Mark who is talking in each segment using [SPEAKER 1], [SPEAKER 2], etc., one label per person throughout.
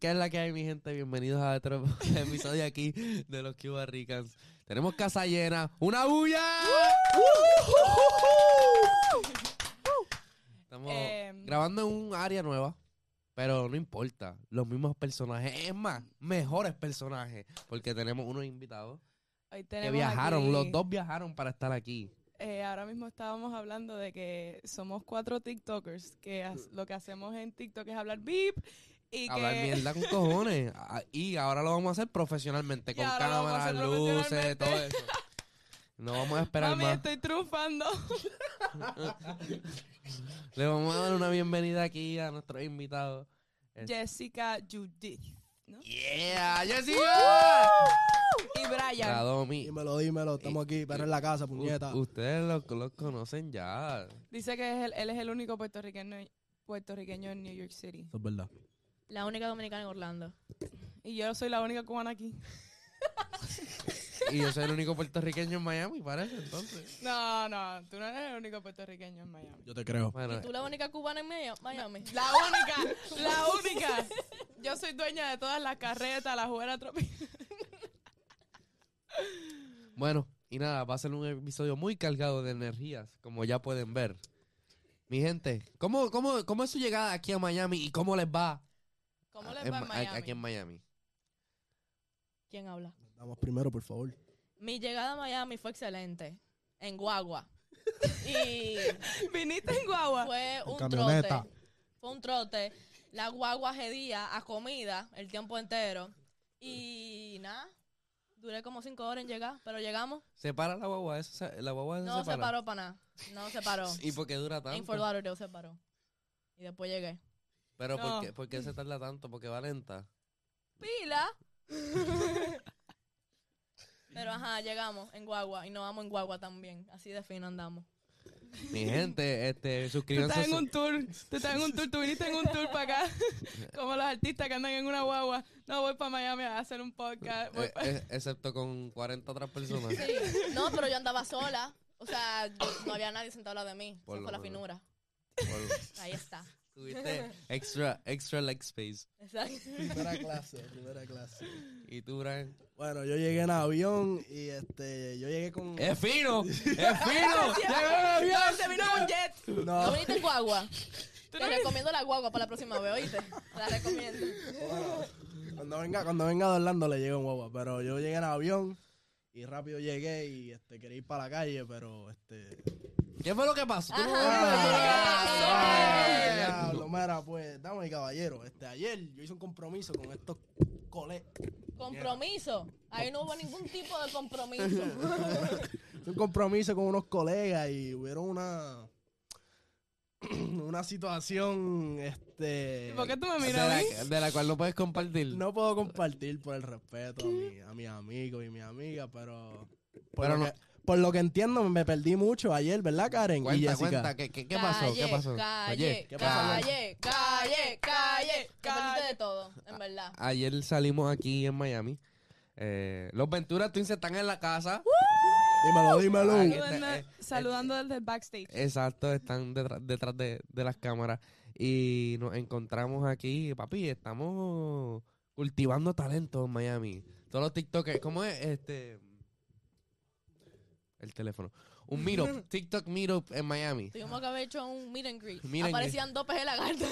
[SPEAKER 1] ¿Qué es la que hay, mi gente? Bienvenidos a otro episodio aquí de los Cuba Ricans. Tenemos casa llena. ¡Una bulla! Estamos
[SPEAKER 2] Eh,
[SPEAKER 1] grabando en un área nueva, pero no importa. Los mismos personajes. Es más, mejores personajes. Porque tenemos unos invitados
[SPEAKER 2] Hoy
[SPEAKER 1] que
[SPEAKER 2] tenemos
[SPEAKER 1] viajaron.
[SPEAKER 2] aquí-
[SPEAKER 1] Los dos viajaron para estar aquí.
[SPEAKER 2] eh, ahora mismo estábamos hablando de que somos cuatro TikTokers, que as- lo que hacemos en TikTok es hablar beep y
[SPEAKER 1] Hablar
[SPEAKER 2] que
[SPEAKER 1] mierda con cojones. Ah, Y ahora lo vamos a hacer profesionalmente,
[SPEAKER 2] Y
[SPEAKER 1] con
[SPEAKER 2] ahora lo vamos a
[SPEAKER 1] cámaras,
[SPEAKER 2] hacer
[SPEAKER 1] luces,
[SPEAKER 2] profesionalmente.
[SPEAKER 1] todo eso. No vamos a esperar
[SPEAKER 2] mami
[SPEAKER 1] más.
[SPEAKER 2] estoy triunfando.
[SPEAKER 1] Le vamos a dar una bienvenida aquí a nuestros invitados. Es-
[SPEAKER 2] Jessica, Judith
[SPEAKER 1] ¡Yeah! ¡Jessica!
[SPEAKER 2] y
[SPEAKER 1] La
[SPEAKER 2] Brian.
[SPEAKER 1] Domi.
[SPEAKER 3] Dímelo, dímelo, estamos aquí, pero en la casa,
[SPEAKER 1] U-
[SPEAKER 3] puñeta.
[SPEAKER 1] Ustedes los, los conocen ya.
[SPEAKER 2] Dice que es el- él es el único puertorriqueño puertorriqueño en New York City.
[SPEAKER 3] Eso es verdad.
[SPEAKER 4] La única dominicana en Orlando.
[SPEAKER 2] Y yo soy la única cubana aquí.
[SPEAKER 1] Y yo soy el único puertorriqueño en Miami, parece, entonces.
[SPEAKER 2] No, no, tú no eres el único puertorriqueño en Miami.
[SPEAKER 3] Yo te creo.
[SPEAKER 1] Bueno,
[SPEAKER 4] ¿Tú la única cubana en Mia- Miami?
[SPEAKER 2] La única, la única. Yo soy dueña de todas las carretas, las jugueras tropicales.
[SPEAKER 1] bueno, y nada, va a ser un episodio muy cargado de energías, como ya pueden ver. Mi gente, ¿cómo, cómo, cómo es su llegada aquí a Miami y cómo les va?
[SPEAKER 4] ¿Cómo
[SPEAKER 1] a-
[SPEAKER 4] les va en
[SPEAKER 1] Ma- a-
[SPEAKER 4] Miami?
[SPEAKER 1] Aquí Ah, en Miami.
[SPEAKER 4] ¿Quién habla?
[SPEAKER 3] Vamos primero, por favor.
[SPEAKER 4] Mi llegada a Miami fue excelente. En guagua. Y
[SPEAKER 2] Viniste en guagua.
[SPEAKER 4] fue un trote.
[SPEAKER 3] camioneta.
[SPEAKER 4] Fue un trote. La guagua jedía a comida el tiempo entero. Y nada. Duré como cinco horas en llegar, pero llegamos.
[SPEAKER 1] ¿Se para la guagua? ¿Eso se- ¿La guagua
[SPEAKER 4] No
[SPEAKER 1] se
[SPEAKER 4] se
[SPEAKER 1] para?
[SPEAKER 4] paró para nada. No se paró.
[SPEAKER 1] ¿Y por qué dura
[SPEAKER 4] En Fort
[SPEAKER 1] tanto?
[SPEAKER 4] Lauderdale se paró. Y después llegué.
[SPEAKER 1] ¿Pero
[SPEAKER 2] No.
[SPEAKER 1] por, qué, por qué se tarda tanto? ¿Porque va lenta?
[SPEAKER 4] pila. Pero ajá, llegamos en guagua y nos vamos en guagua también. Así de fino andamos.
[SPEAKER 1] Mi gente, este,
[SPEAKER 2] Tú
[SPEAKER 1] suscríbanse.
[SPEAKER 2] estás en
[SPEAKER 1] a-
[SPEAKER 2] un tour, tú estás en un tour, tú viniste en un tour para acá, como los artistas que andan en una guagua. No, voy para Miami a hacer un podcast. voy
[SPEAKER 1] eh,
[SPEAKER 2] pa-
[SPEAKER 1] eh, excepto con 40 otras personas.
[SPEAKER 4] Sí. No, pero yo andaba sola. O sea, yo- no había nadie sentado al lado de mí.
[SPEAKER 1] Por
[SPEAKER 4] Esa
[SPEAKER 1] lo
[SPEAKER 4] fue la
[SPEAKER 1] menos.
[SPEAKER 4] finura.
[SPEAKER 1] Por-
[SPEAKER 4] Ahí está.
[SPEAKER 1] tuviste extra, extra leg space.
[SPEAKER 4] Exacto.
[SPEAKER 3] Primera clase, primera clase.
[SPEAKER 1] Y tú, Brian.
[SPEAKER 3] Bueno, yo llegué en avión y este, yo llegué con.
[SPEAKER 1] ¡Es fino! ¡Es fino! ¡Ya veo,
[SPEAKER 2] No, se vino con jet.
[SPEAKER 4] ¿No
[SPEAKER 3] No,
[SPEAKER 4] viniste en guagua?
[SPEAKER 2] Tú
[SPEAKER 4] Te
[SPEAKER 2] no-
[SPEAKER 4] recomiendo la guagua para la próxima vez, ¿oíste? Te la recomiendo.
[SPEAKER 3] cuando venga, cuando venga de Orlando le llego en guagua, pero yo llegué en avión y rápido llegué y este, quería ir para la calle, pero este.
[SPEAKER 1] ¿Qué fue lo que pasó? ¿Tú Ah, no-
[SPEAKER 4] Ajá.
[SPEAKER 3] Ah, diablo, mira, pues, damas y caballeros, este, ayer yo hice un compromiso con estos colegas.
[SPEAKER 4] Compromiso. Ahí no hubo ningún tipo de compromiso.
[SPEAKER 3] Hice un compromiso con unos colegas y hubieron una una situación este
[SPEAKER 2] ¿Por qué tú me
[SPEAKER 1] De
[SPEAKER 2] miras a mí?
[SPEAKER 1] la, de la cual no puedes compartir.
[SPEAKER 3] no puedo compartir por el respeto a, mi- a mis amigos y mis amigas pero por,
[SPEAKER 1] Pero
[SPEAKER 3] lo
[SPEAKER 1] no-
[SPEAKER 3] que, por lo que entiendo me perdí mucho ayer ¿verdad Karen? y
[SPEAKER 1] Cuenta,
[SPEAKER 3] Jessica
[SPEAKER 1] cuenta. ¿Qué, qué, qué pasó? ¿Qué
[SPEAKER 4] Calle,
[SPEAKER 1] pasó?
[SPEAKER 4] Calle,
[SPEAKER 1] Oye,
[SPEAKER 3] ¿qué pasó?
[SPEAKER 4] calle, calle, calle. Te
[SPEAKER 2] Calle.
[SPEAKER 4] perdiste de todo, en verdad.
[SPEAKER 1] Ayer salimos aquí en Miami. Eh, los Ventura Twins están en la casa.
[SPEAKER 3] dímelo dímelo
[SPEAKER 1] Ay,
[SPEAKER 2] Saludando-
[SPEAKER 1] este, eh,
[SPEAKER 2] Saludando desde el backstage.
[SPEAKER 1] Exacto, están detrás, detrás de, de las cámaras. Y nos encontramos aquí, papi, estamos cultivando talento en Miami. Todos los TikTokers, ¿cómo es? Este. El teléfono. Un meetup, TikTok meetup en Miami.
[SPEAKER 4] Tuvimos que haber hecho un meet and greet.
[SPEAKER 1] Meet and
[SPEAKER 4] Aparecían dos peces lagartos.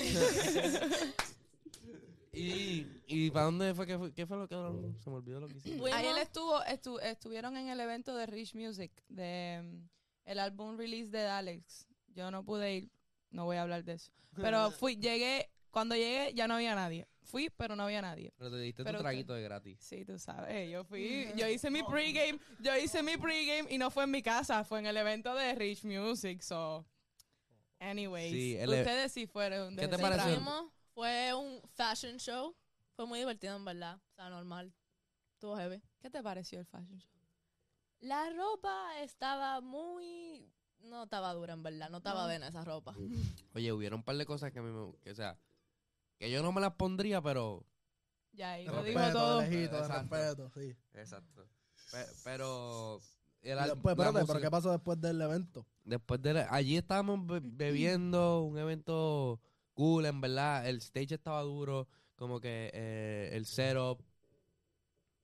[SPEAKER 1] ¿Y, y para dónde fue que fue? ¿Qué fue lo que hablaron? Se me olvidó lo que hicimos.
[SPEAKER 4] Fuimos-
[SPEAKER 2] Ayer estuvo, estu- estuvieron en el evento de Rich Music, de mm, el álbum release de Alex. Yo no pude ir, no voy a hablar de eso. Pero fui, llegué, cuando llegué ya no había nadie. Fui, pero no había nadie.
[SPEAKER 1] Pero te diste
[SPEAKER 2] Pero
[SPEAKER 1] tu
[SPEAKER 2] usted-
[SPEAKER 1] traguito de gratis.
[SPEAKER 2] Sí, tú sabes, yo fui, yo hice mi pregame, yo hice mi pregame y no fue en mi casa, fue en el evento de Rich Music, so anyways,
[SPEAKER 1] Sí, el- e-
[SPEAKER 2] ustedes sí fueron
[SPEAKER 1] ¿Qué te
[SPEAKER 2] desde
[SPEAKER 4] Sí,
[SPEAKER 1] pareció?
[SPEAKER 2] temprano.
[SPEAKER 4] fuimos, fue un fashion show. Fue muy divertido, en verdad. O sea, normal. Estuvo heavy.
[SPEAKER 2] ¿Qué te pareció el fashion show?
[SPEAKER 4] La ropa estaba muy... No estaba dura, en verdad. No estaba
[SPEAKER 2] No.
[SPEAKER 4] bien esa ropa.
[SPEAKER 1] Oye, hubieron un par de cosas que a mí me. Que, o sea, que yo no me las pondría, pero.
[SPEAKER 2] Ya ahí lo
[SPEAKER 3] Respeto,
[SPEAKER 2] digo todo.
[SPEAKER 3] de lejito, de
[SPEAKER 1] Exacto.
[SPEAKER 3] respeto, sí.
[SPEAKER 1] Exacto. Pe- pero. el
[SPEAKER 3] Y
[SPEAKER 1] al-
[SPEAKER 3] después,
[SPEAKER 1] la
[SPEAKER 3] espérate,
[SPEAKER 1] música-
[SPEAKER 3] pero ¿qué pasó después del evento?
[SPEAKER 1] Después de la- allí estábamos be- bebiendo un evento cool, en verdad. El stage estaba duro. como que eh, el setup,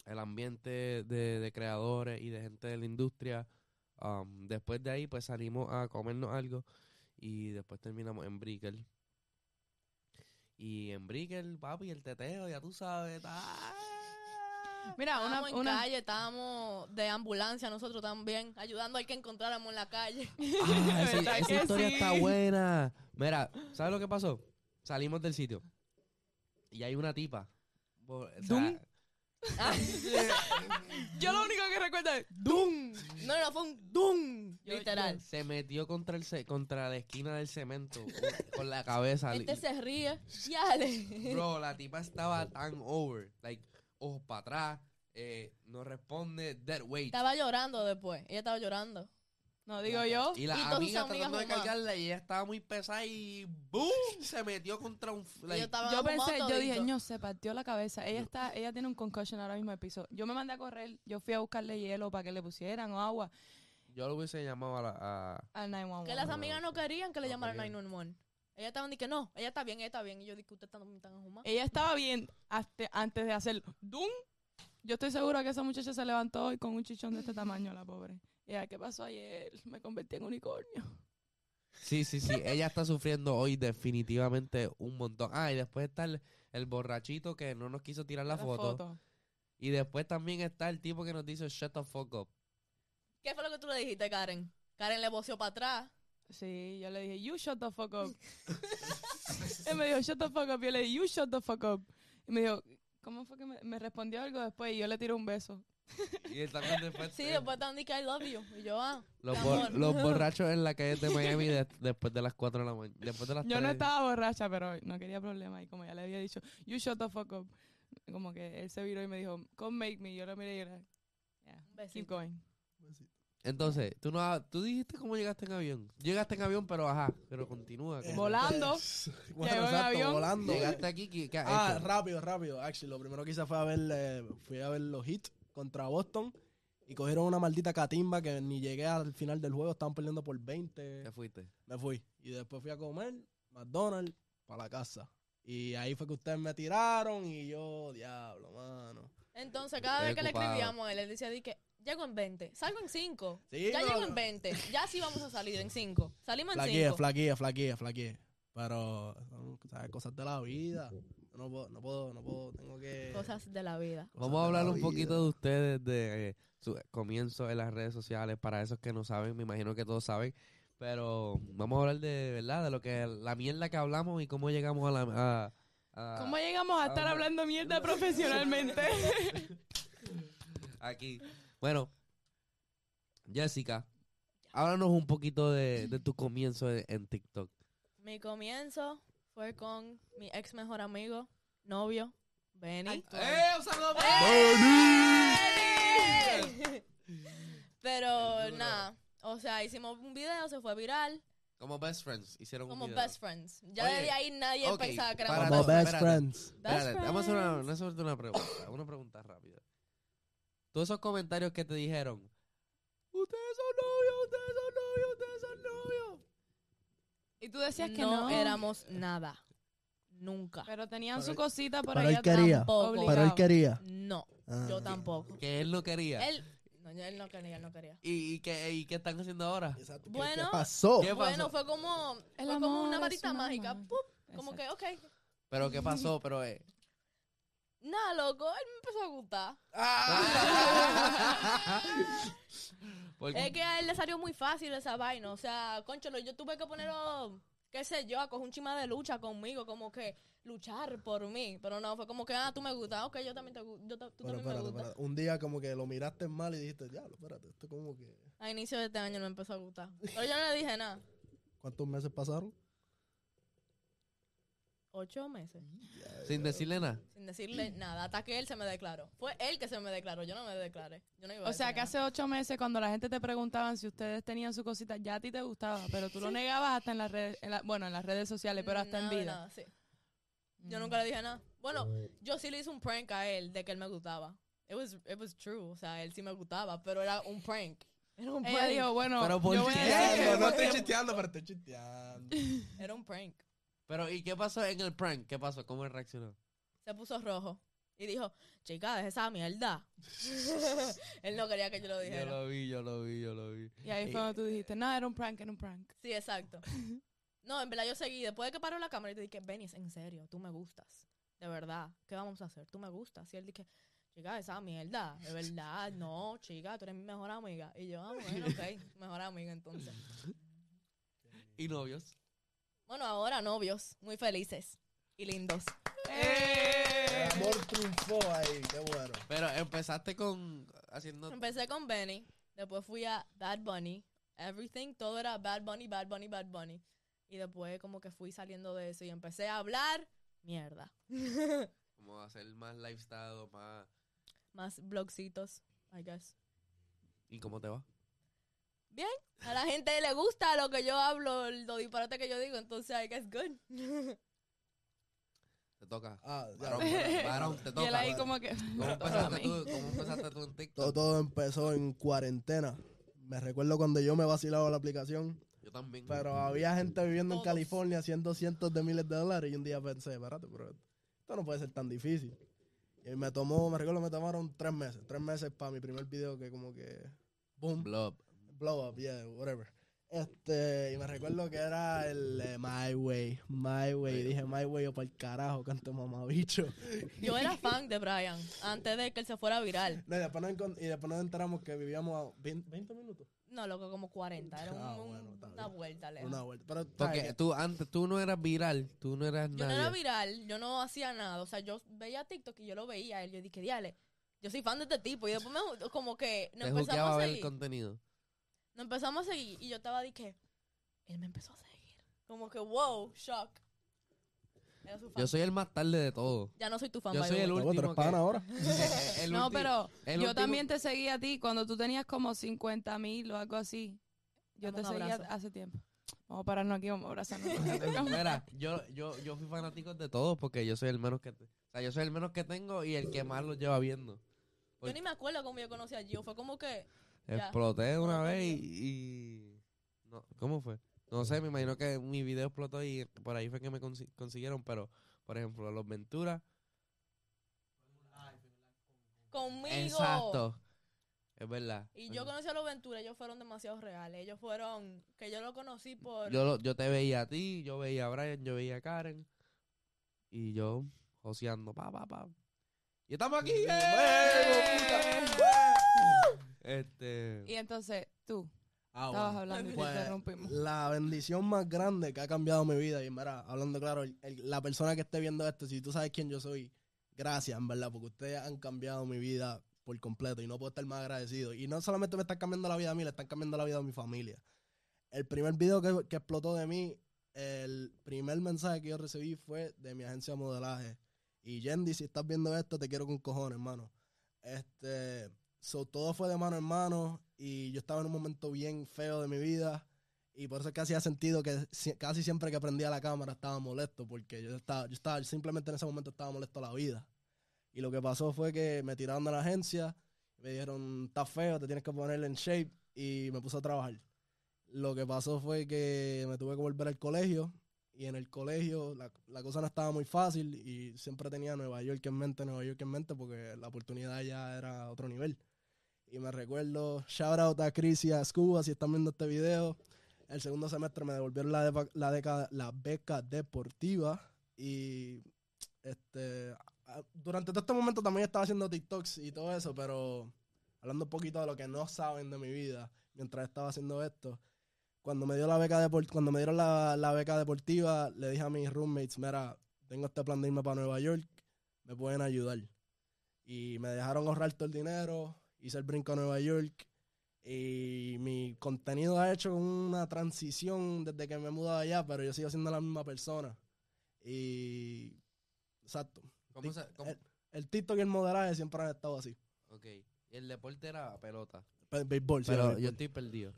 [SPEAKER 1] el ambiente de, de creadores y de gente de la industria. Um, después de ahí, pues salimos a comernos algo y después terminamos en Brickell. Y en Brickell, papi, el teteo, ya tú sabes. ¡ah!
[SPEAKER 2] Mira, una,
[SPEAKER 4] Estábamos en
[SPEAKER 2] una,
[SPEAKER 4] calle, estábamos de ambulancia nosotros también, ayudando al que encontráramos en la calle.
[SPEAKER 1] Ah, esa,
[SPEAKER 2] ¿Verdad
[SPEAKER 1] esa
[SPEAKER 2] que
[SPEAKER 1] historia
[SPEAKER 2] sí?
[SPEAKER 1] está buena. Mira, ¿sabes lo que pasó? Salimos del sitio y hay una tipa. bo- o sea,
[SPEAKER 2] ¿Dum? yo lo único que recuerdo es ¡Dum!
[SPEAKER 4] No, no, fue un DUM,
[SPEAKER 2] Yo-
[SPEAKER 4] literal.
[SPEAKER 1] se metió contra el ce- contra la esquina del cemento con la cabeza.
[SPEAKER 4] Este se ríe, yale.
[SPEAKER 1] Bro, la tipa estaba tan over, like ojos para atrás, eh, no responde, dead weight.
[SPEAKER 4] Estaba llorando después, ella estaba llorando.
[SPEAKER 2] No digo yo.
[SPEAKER 1] Y
[SPEAKER 4] y
[SPEAKER 1] la
[SPEAKER 4] todas sus
[SPEAKER 1] amiga
[SPEAKER 4] amigas
[SPEAKER 1] tratando de
[SPEAKER 4] fumaban.
[SPEAKER 1] cargarla y ella estaba muy pesada y boom, se metió contra un f-
[SPEAKER 4] Y
[SPEAKER 1] like,
[SPEAKER 4] yo estaba
[SPEAKER 2] Yo pensé,
[SPEAKER 4] fumando
[SPEAKER 2] yo dije,
[SPEAKER 4] todito.
[SPEAKER 2] no, se partió la cabeza. Ella está, ella tiene un concussion ahora mismo en el piso. Yo me mandé a correr, yo fui a buscarle hielo para que le pusieran o agua
[SPEAKER 1] yo lo hubiese llamado a la a-
[SPEAKER 2] al
[SPEAKER 4] Que
[SPEAKER 2] 911.
[SPEAKER 4] las amigas no querían que le
[SPEAKER 1] No
[SPEAKER 4] llamaran
[SPEAKER 1] querían.
[SPEAKER 4] 911. Ellas estaban diciendo que no, ella está bien, ella está bien. Y yo dije, usted está tan ahumada.
[SPEAKER 2] Ella estaba bien hasta- antes de hacer ¡Dum! Yo estoy segura que esa muchacha se levantó hoy con un chichón de este tamaño, la pobre. Ella, ¿qué pasó ayer? Me convertí en unicornio.
[SPEAKER 1] Sí, sí, sí. Ella está sufriendo hoy definitivamente un montón. Ah, y después está el, el borrachito que no nos quiso tirar la, foto. Y después también está el tipo que nos dice shut the fuck up.
[SPEAKER 4] ¿Qué fue lo que tú le dijiste, Karen? Karen le voció para atrás.
[SPEAKER 2] Sí, yo le dije, you shut the fuck up. Él me dijo, shut the fuck up. Yo le dije, you shut the fuck up. Y me dijo, ¿cómo fue que me, me respondió algo después? Y yo le tiré un beso.
[SPEAKER 1] Y él también después.
[SPEAKER 4] Sí, después estaban diciendo I love you. Y yo, ah.
[SPEAKER 1] los,
[SPEAKER 4] mi
[SPEAKER 1] bor-
[SPEAKER 4] amor.
[SPEAKER 1] los borrachos en la calle de Miami de- después de las 4 de la mañana. Después de las
[SPEAKER 2] Yo no
[SPEAKER 1] tres.
[SPEAKER 2] estaba borracha, pero no quería problemas. Y como ya le había dicho, you shut the fuck up. Como que él se viró y me dijo, come make me. Yo lo miré y era, yeah, keep
[SPEAKER 4] Besito.
[SPEAKER 2] going.
[SPEAKER 1] Entonces, tú no ha- tú dijiste cómo llegaste en avión. Llegaste en avión, pero ajá, pero continúa. como-
[SPEAKER 2] Volando.
[SPEAKER 3] Bueno,
[SPEAKER 2] Llegó en
[SPEAKER 3] exacto,
[SPEAKER 2] avión.
[SPEAKER 3] volando.
[SPEAKER 1] Llegaste aquí, ¿qué, qué has
[SPEAKER 3] Ah,
[SPEAKER 1] hecho?
[SPEAKER 3] rápido, rápido. Actually, lo primero que hice fue a ver, eh, fui a ver los hits contra Boston y cogieron una maldita catimba que ni llegué al final del juego, estaban perdiendo por 20.
[SPEAKER 1] Te fuiste.
[SPEAKER 3] Me fui. Y después fui a comer McDonald's para la casa. Y ahí fue que ustedes me tiraron y yo, diablo, mano.
[SPEAKER 4] Entonces, cada vez que le
[SPEAKER 1] Ocupado.
[SPEAKER 4] escribíamos a él, él decía, di que llego en 20, salgo en 5.
[SPEAKER 3] Sí,
[SPEAKER 4] ya
[SPEAKER 3] no,
[SPEAKER 4] llego
[SPEAKER 3] no.
[SPEAKER 4] en 20, ya sí vamos a salir en 5. Salimos en
[SPEAKER 3] Flaqueé,
[SPEAKER 4] 5.
[SPEAKER 3] flaqueé, flaqueé, flaqueé. Pero son ¿sabes? cosas de la vida. Yo No puedo, no puedo, no puedo, tengo que...
[SPEAKER 4] Cosas de la vida.
[SPEAKER 3] cosas
[SPEAKER 1] Vamos a
[SPEAKER 3] de la
[SPEAKER 1] hablar un
[SPEAKER 3] vida.
[SPEAKER 1] poquito de ustedes, de eh, su comienzo en las redes sociales. Para esos que no saben, me imagino que todos saben. Pero vamos a hablar de verdad, de lo que la mierda que hablamos y cómo llegamos a la. A, a-
[SPEAKER 2] ¿Cómo llegamos a estar
[SPEAKER 1] Ah,
[SPEAKER 2] hablando mierda profesionalmente?
[SPEAKER 1] aquí. Bueno, Jessica, háblanos un poquito de, de tu comienzo en, en TikTok.
[SPEAKER 4] Mi comienzo fue con mi ex mejor amigo, novio, Benny. ¡Eh! Pero
[SPEAKER 1] El duro.
[SPEAKER 4] nada, o sea, hicimos un video, se fue viral,
[SPEAKER 1] Como best friends, hicieron
[SPEAKER 4] como
[SPEAKER 1] un video.
[SPEAKER 4] best friends. Ya
[SPEAKER 1] Oye,
[SPEAKER 4] desde ahí nadie
[SPEAKER 1] ok,
[SPEAKER 4] pensaba que
[SPEAKER 1] para
[SPEAKER 4] éramos
[SPEAKER 3] Como
[SPEAKER 1] Espérate,
[SPEAKER 3] best
[SPEAKER 1] espérate.
[SPEAKER 3] friends.
[SPEAKER 4] best
[SPEAKER 1] Espérate, vamos a hacer una,
[SPEAKER 4] friends.
[SPEAKER 1] vamos a hacerte una pregunta, una pregunta rápida. Todos esos comentarios que te dijeron, ustedes son novios, ustedes son novios, ustedes son novios.
[SPEAKER 2] y tú decías que
[SPEAKER 4] no,
[SPEAKER 2] no.
[SPEAKER 4] éramos nada. Nunca.
[SPEAKER 2] Pero tenían
[SPEAKER 3] Pero
[SPEAKER 2] su
[SPEAKER 3] él-
[SPEAKER 2] cosita por
[SPEAKER 3] pero
[SPEAKER 2] ahí
[SPEAKER 3] él quería.
[SPEAKER 2] tampoco.
[SPEAKER 4] Pero él
[SPEAKER 3] Pero él
[SPEAKER 2] Obligado.
[SPEAKER 3] quería.
[SPEAKER 4] No,
[SPEAKER 3] Ah.
[SPEAKER 4] yo tampoco.
[SPEAKER 1] Que él no quería.
[SPEAKER 4] Él no, él no quería, él no quería.
[SPEAKER 1] ¿Y, y qué, ¿Y qué están haciendo ahora?
[SPEAKER 3] Exacto, ¿qué-
[SPEAKER 4] Bueno.
[SPEAKER 3] ¿Qué pasó?
[SPEAKER 1] ¿Qué pasó?
[SPEAKER 4] Bueno, fue como,
[SPEAKER 2] El
[SPEAKER 4] fue como
[SPEAKER 2] amor
[SPEAKER 4] una
[SPEAKER 2] es
[SPEAKER 4] varita
[SPEAKER 2] una
[SPEAKER 4] mágica.
[SPEAKER 2] magia.
[SPEAKER 4] ¡pup! Como
[SPEAKER 2] Exacto.
[SPEAKER 4] que, ok.
[SPEAKER 1] ¿Pero qué pasó? Pero, eh,
[SPEAKER 4] Nada, loco, él me empezó a gustar.
[SPEAKER 1] porque-
[SPEAKER 4] Es que a él le salió muy fácil esa vaina. O sea, concholo, yo tuve que ponerlo, qué sé yo, a coger un chima de lucha conmigo, como que luchar por mí. Pero no, fue como que, ah, tú me gustas, ok, yo también te gu- yo ta- tú
[SPEAKER 3] Pero
[SPEAKER 4] también me
[SPEAKER 3] espérate,
[SPEAKER 4] gustas.
[SPEAKER 3] espérate. Un día como que lo miraste mal y dijiste, diablo, espérate, esto como que...
[SPEAKER 4] A inicio de este año me empezó a gustar. Pero yo no le dije nada.
[SPEAKER 3] ¿Cuántos meses pasaron?
[SPEAKER 4] Ocho meses.
[SPEAKER 1] sin decirle nada.
[SPEAKER 4] Sin decirle nada, hasta que él se me declaró. Fue él que se me declaró, yo no me declaré. Yo no iba a
[SPEAKER 2] O sea,
[SPEAKER 4] decir
[SPEAKER 2] que hace ocho meses cuando la gente te preguntaban si ustedes tenían su cosita, ya a ti te gustaba, pero tú lo negabas hasta en las redes, en la- bueno, en las redes sociales,
[SPEAKER 4] nada.
[SPEAKER 2] pero hasta en
[SPEAKER 4] Nada de
[SPEAKER 2] vida.
[SPEAKER 4] nada, sí. Yo nunca le dije nada. Bueno,
[SPEAKER 3] Eh,
[SPEAKER 4] yo sí le hice un prank a él de que él me gustaba. It was, it was true. O sea, él sí me gustaba, pero era un prank. Era un
[SPEAKER 2] Ella
[SPEAKER 4] prank.
[SPEAKER 2] dijo, bueno,
[SPEAKER 1] Pero ¿por
[SPEAKER 2] yo voy
[SPEAKER 1] qué?
[SPEAKER 2] a decir que-
[SPEAKER 3] no estoy chisteando, pero estoy chisteando.
[SPEAKER 4] Era un prank.
[SPEAKER 1] Pero, ¿y qué pasó en el prank? ¿Qué pasó? ¿Cómo él reaccionó?
[SPEAKER 4] se puso rojo y dijo, chica, deja esa mierda. Él no quería que yo lo
[SPEAKER 1] Yo
[SPEAKER 4] dijera.
[SPEAKER 1] lo vi, yo lo vi, yo lo vi.
[SPEAKER 2] Y ahí fue cuando tú dijiste, no, era un prank, era un prank.
[SPEAKER 4] Sí, exacto. No, en verdad yo seguí. Después de que paró la cámara y te dije, Benis, en serio, tú me gustas. De verdad, ¿qué vamos a hacer? Tú me gustas. Y él dije, chica, esa mierda. De verdad, no, chica, tú eres mi mejor amiga. Y yo, ah, bueno, ok, mejor amiga entonces.
[SPEAKER 1] ¿Y novios?
[SPEAKER 4] Bueno, ahora novios, muy felices y lindos.
[SPEAKER 3] El amor triunfó ahí, qué bueno.
[SPEAKER 1] Pero empezaste con haciendo
[SPEAKER 4] Empecé con Benny, después fui a Bad Bunny. Everything, todo era Bad Bunny, Bad Bunny, Bad Bunny. Y después como que fui saliendo de eso y empecé a hablar mierda.
[SPEAKER 1] como hacer más lifestyle, o más
[SPEAKER 4] Más blogcitos, I guess.
[SPEAKER 1] ¿Y cómo te va?
[SPEAKER 4] A la gente le gusta lo que yo hablo, lo disparate que yo digo, entonces I guess good.
[SPEAKER 1] Te toca.
[SPEAKER 3] Ah, ya.
[SPEAKER 1] Varón, varón, varón, te
[SPEAKER 2] Y él
[SPEAKER 1] toca.
[SPEAKER 2] ahí como que...
[SPEAKER 1] ¿Cómo
[SPEAKER 2] "Me toca a
[SPEAKER 1] empezaste
[SPEAKER 2] mí".
[SPEAKER 1] tú, cómo empezaste tú en
[SPEAKER 3] Todo,
[SPEAKER 1] TikTok?
[SPEAKER 3] todo empezó en cuarentena. Me recuerdo cuando yo me vacilaba la aplicación,
[SPEAKER 1] Yo también.
[SPEAKER 3] pero había gente viviendo en
[SPEAKER 4] Todos.
[SPEAKER 3] California haciendo cientos de miles de dólares y un día pensé, espérate, pero esto no puede ser tan difícil. Y me tomó, me recuerdo, me tomaron tres meses, tres meses para mi primer video que como que, boom,
[SPEAKER 1] Blob.
[SPEAKER 3] blow up, yeah, whatever. Este, y me recuerdo que era el eh, My Way, My Way. Y dije, My Way, yo para el carajo, canto mamabicho.
[SPEAKER 4] Yo era fan de Brian antes de que él se fuera viral.
[SPEAKER 3] No, y, después nos encon- y después nos enteramos que vivíamos a 20, 20 minutos.
[SPEAKER 4] No, loco, como 40. Era un-
[SPEAKER 3] Ah,
[SPEAKER 4] un-
[SPEAKER 3] bueno, está
[SPEAKER 4] una
[SPEAKER 3] bien.
[SPEAKER 4] vuelta lejos.
[SPEAKER 3] Una vuelta. Pero, ¿sabes
[SPEAKER 1] Porque
[SPEAKER 3] qué?
[SPEAKER 1] tú antes tú no eras viral, tú no eras
[SPEAKER 4] Yo no
[SPEAKER 1] nadie.
[SPEAKER 4] era viral, yo no hacía nada. O sea, yo veía TikTok y yo lo veía. a Él, yo dije, diale, yo soy fan de este tipo. Y después me ju- como que nos
[SPEAKER 1] Te
[SPEAKER 4] empezamos
[SPEAKER 1] juzgaba
[SPEAKER 4] a
[SPEAKER 1] a ver el
[SPEAKER 4] seguir.
[SPEAKER 1] contenido.
[SPEAKER 4] Nos empezamos a seguir. Y yo estaba de que él me empezó a seguir. Como que, wow, shock. Era su fan.
[SPEAKER 1] Yo soy el más tarde de todo.
[SPEAKER 4] ya no soy tu fan,
[SPEAKER 1] Yo
[SPEAKER 4] by
[SPEAKER 1] soy
[SPEAKER 4] the
[SPEAKER 1] el
[SPEAKER 4] way.
[SPEAKER 3] Luego, tú eres
[SPEAKER 1] último. que-
[SPEAKER 3] pana ahora.
[SPEAKER 1] el- el
[SPEAKER 2] No,
[SPEAKER 1] último-
[SPEAKER 2] pero
[SPEAKER 1] el
[SPEAKER 2] yo
[SPEAKER 1] último-
[SPEAKER 2] también te seguía a ti cuando tú tenías como 50 mil o algo así. Yo
[SPEAKER 4] Dame
[SPEAKER 2] te
[SPEAKER 4] un
[SPEAKER 2] seguía
[SPEAKER 4] abrazo.
[SPEAKER 2] hace tiempo. Vamos a pararnos aquí, vamos a abrazarnos.
[SPEAKER 1] Mira, yo, yo, yo fui fanático de todos porque yo soy el menos que te- o sea, yo soy el menos que tengo y el que más lo lleva viendo.
[SPEAKER 4] Yo ni me acuerdo cómo yo conocí a Gio. Fue como que Ya.
[SPEAKER 1] Exploté de una
[SPEAKER 4] Bueno,
[SPEAKER 1] vez y, y- no, ¿cómo fue? No sé, me imagino que mi video explotó y por ahí fue que me consi- consiguieron, pero por ejemplo, los Ventura,
[SPEAKER 4] conmigo.
[SPEAKER 1] exacto. Es verdad.
[SPEAKER 4] Y yo conocí a los Ventura, ellos fueron demasiado reales. Ellos fueron, que yo lo conocí por...
[SPEAKER 1] yo, lo- yo te veía a ti, yo veía a Brian, yo veía a Karen y yo joseando pa pa pa. Y estamos aquí. ¡eh!
[SPEAKER 3] ¡Eh,
[SPEAKER 1] Este
[SPEAKER 2] y entonces tú
[SPEAKER 3] Ah,
[SPEAKER 2] estabas
[SPEAKER 3] bueno.
[SPEAKER 2] hablando y te
[SPEAKER 3] Pues,
[SPEAKER 2] interrumpimos.
[SPEAKER 3] la bendición más grande que ha cambiado mi vida, y mira, hablando claro, el- el- la persona que esté viendo esto, si tú sabes quién yo soy, gracias, en verdad, porque ustedes han cambiado mi vida por completo y no puedo estar más agradecido. Y no solamente me están cambiando la vida a mí, le están cambiando la vida a mi familia. El primer video que, que explotó de mí, el primer mensaje que yo recibí fue de mi agencia de modelaje. Y Yendi, si estás viendo esto, te quiero con cojones, hermano. Este, so, todo fue de mano en mano y yo estaba en un momento bien feo de mi vida. Y por eso es que hacía sentido que si- casi siempre que prendía la cámara estaba molesto, porque yo estaba, yo estaba, simplemente en ese momento estaba molesto a la vida. Y lo que pasó fue que me tiraron de la agencia, me dijeron, estás feo, te tienes que poner en shape, y me puse a trabajar. Lo que pasó fue que me tuve que volver al colegio, y en el colegio la, la cosa no estaba muy fácil, y siempre tenía Nueva York en mente, Nueva York en mente, porque la oportunidad ya era otro nivel. Y me recuerdo, shout out a Chris y a Scuba, si están viendo este video. El segundo semestre me devolvieron la, depa- la, deca- la beca deportiva y este a- durante todo este momento también estaba haciendo TikToks y todo eso, pero hablando un poquito de lo que no saben de mi vida mientras estaba haciendo esto. Cuando me dio la beca depor- cuando me dieron la, la beca deportiva, le dije a mis roommates, mira, tengo este plan de irme para Nueva York, me pueden ayudar. Y me dejaron ahorrar todo el dinero, hice el brinco a Nueva York y mi contenido ha hecho una transición desde que me he mudado allá, pero yo sigo siendo la misma persona. Y exacto.
[SPEAKER 1] ¿cómo se- cómo-
[SPEAKER 3] el, el TikTok y el modelaje siempre han estado así.
[SPEAKER 1] ok, el deporte era pelota.
[SPEAKER 3] Pe- Béisbol, sí,
[SPEAKER 1] Pero
[SPEAKER 3] béisbol.
[SPEAKER 1] yo estoy perdido.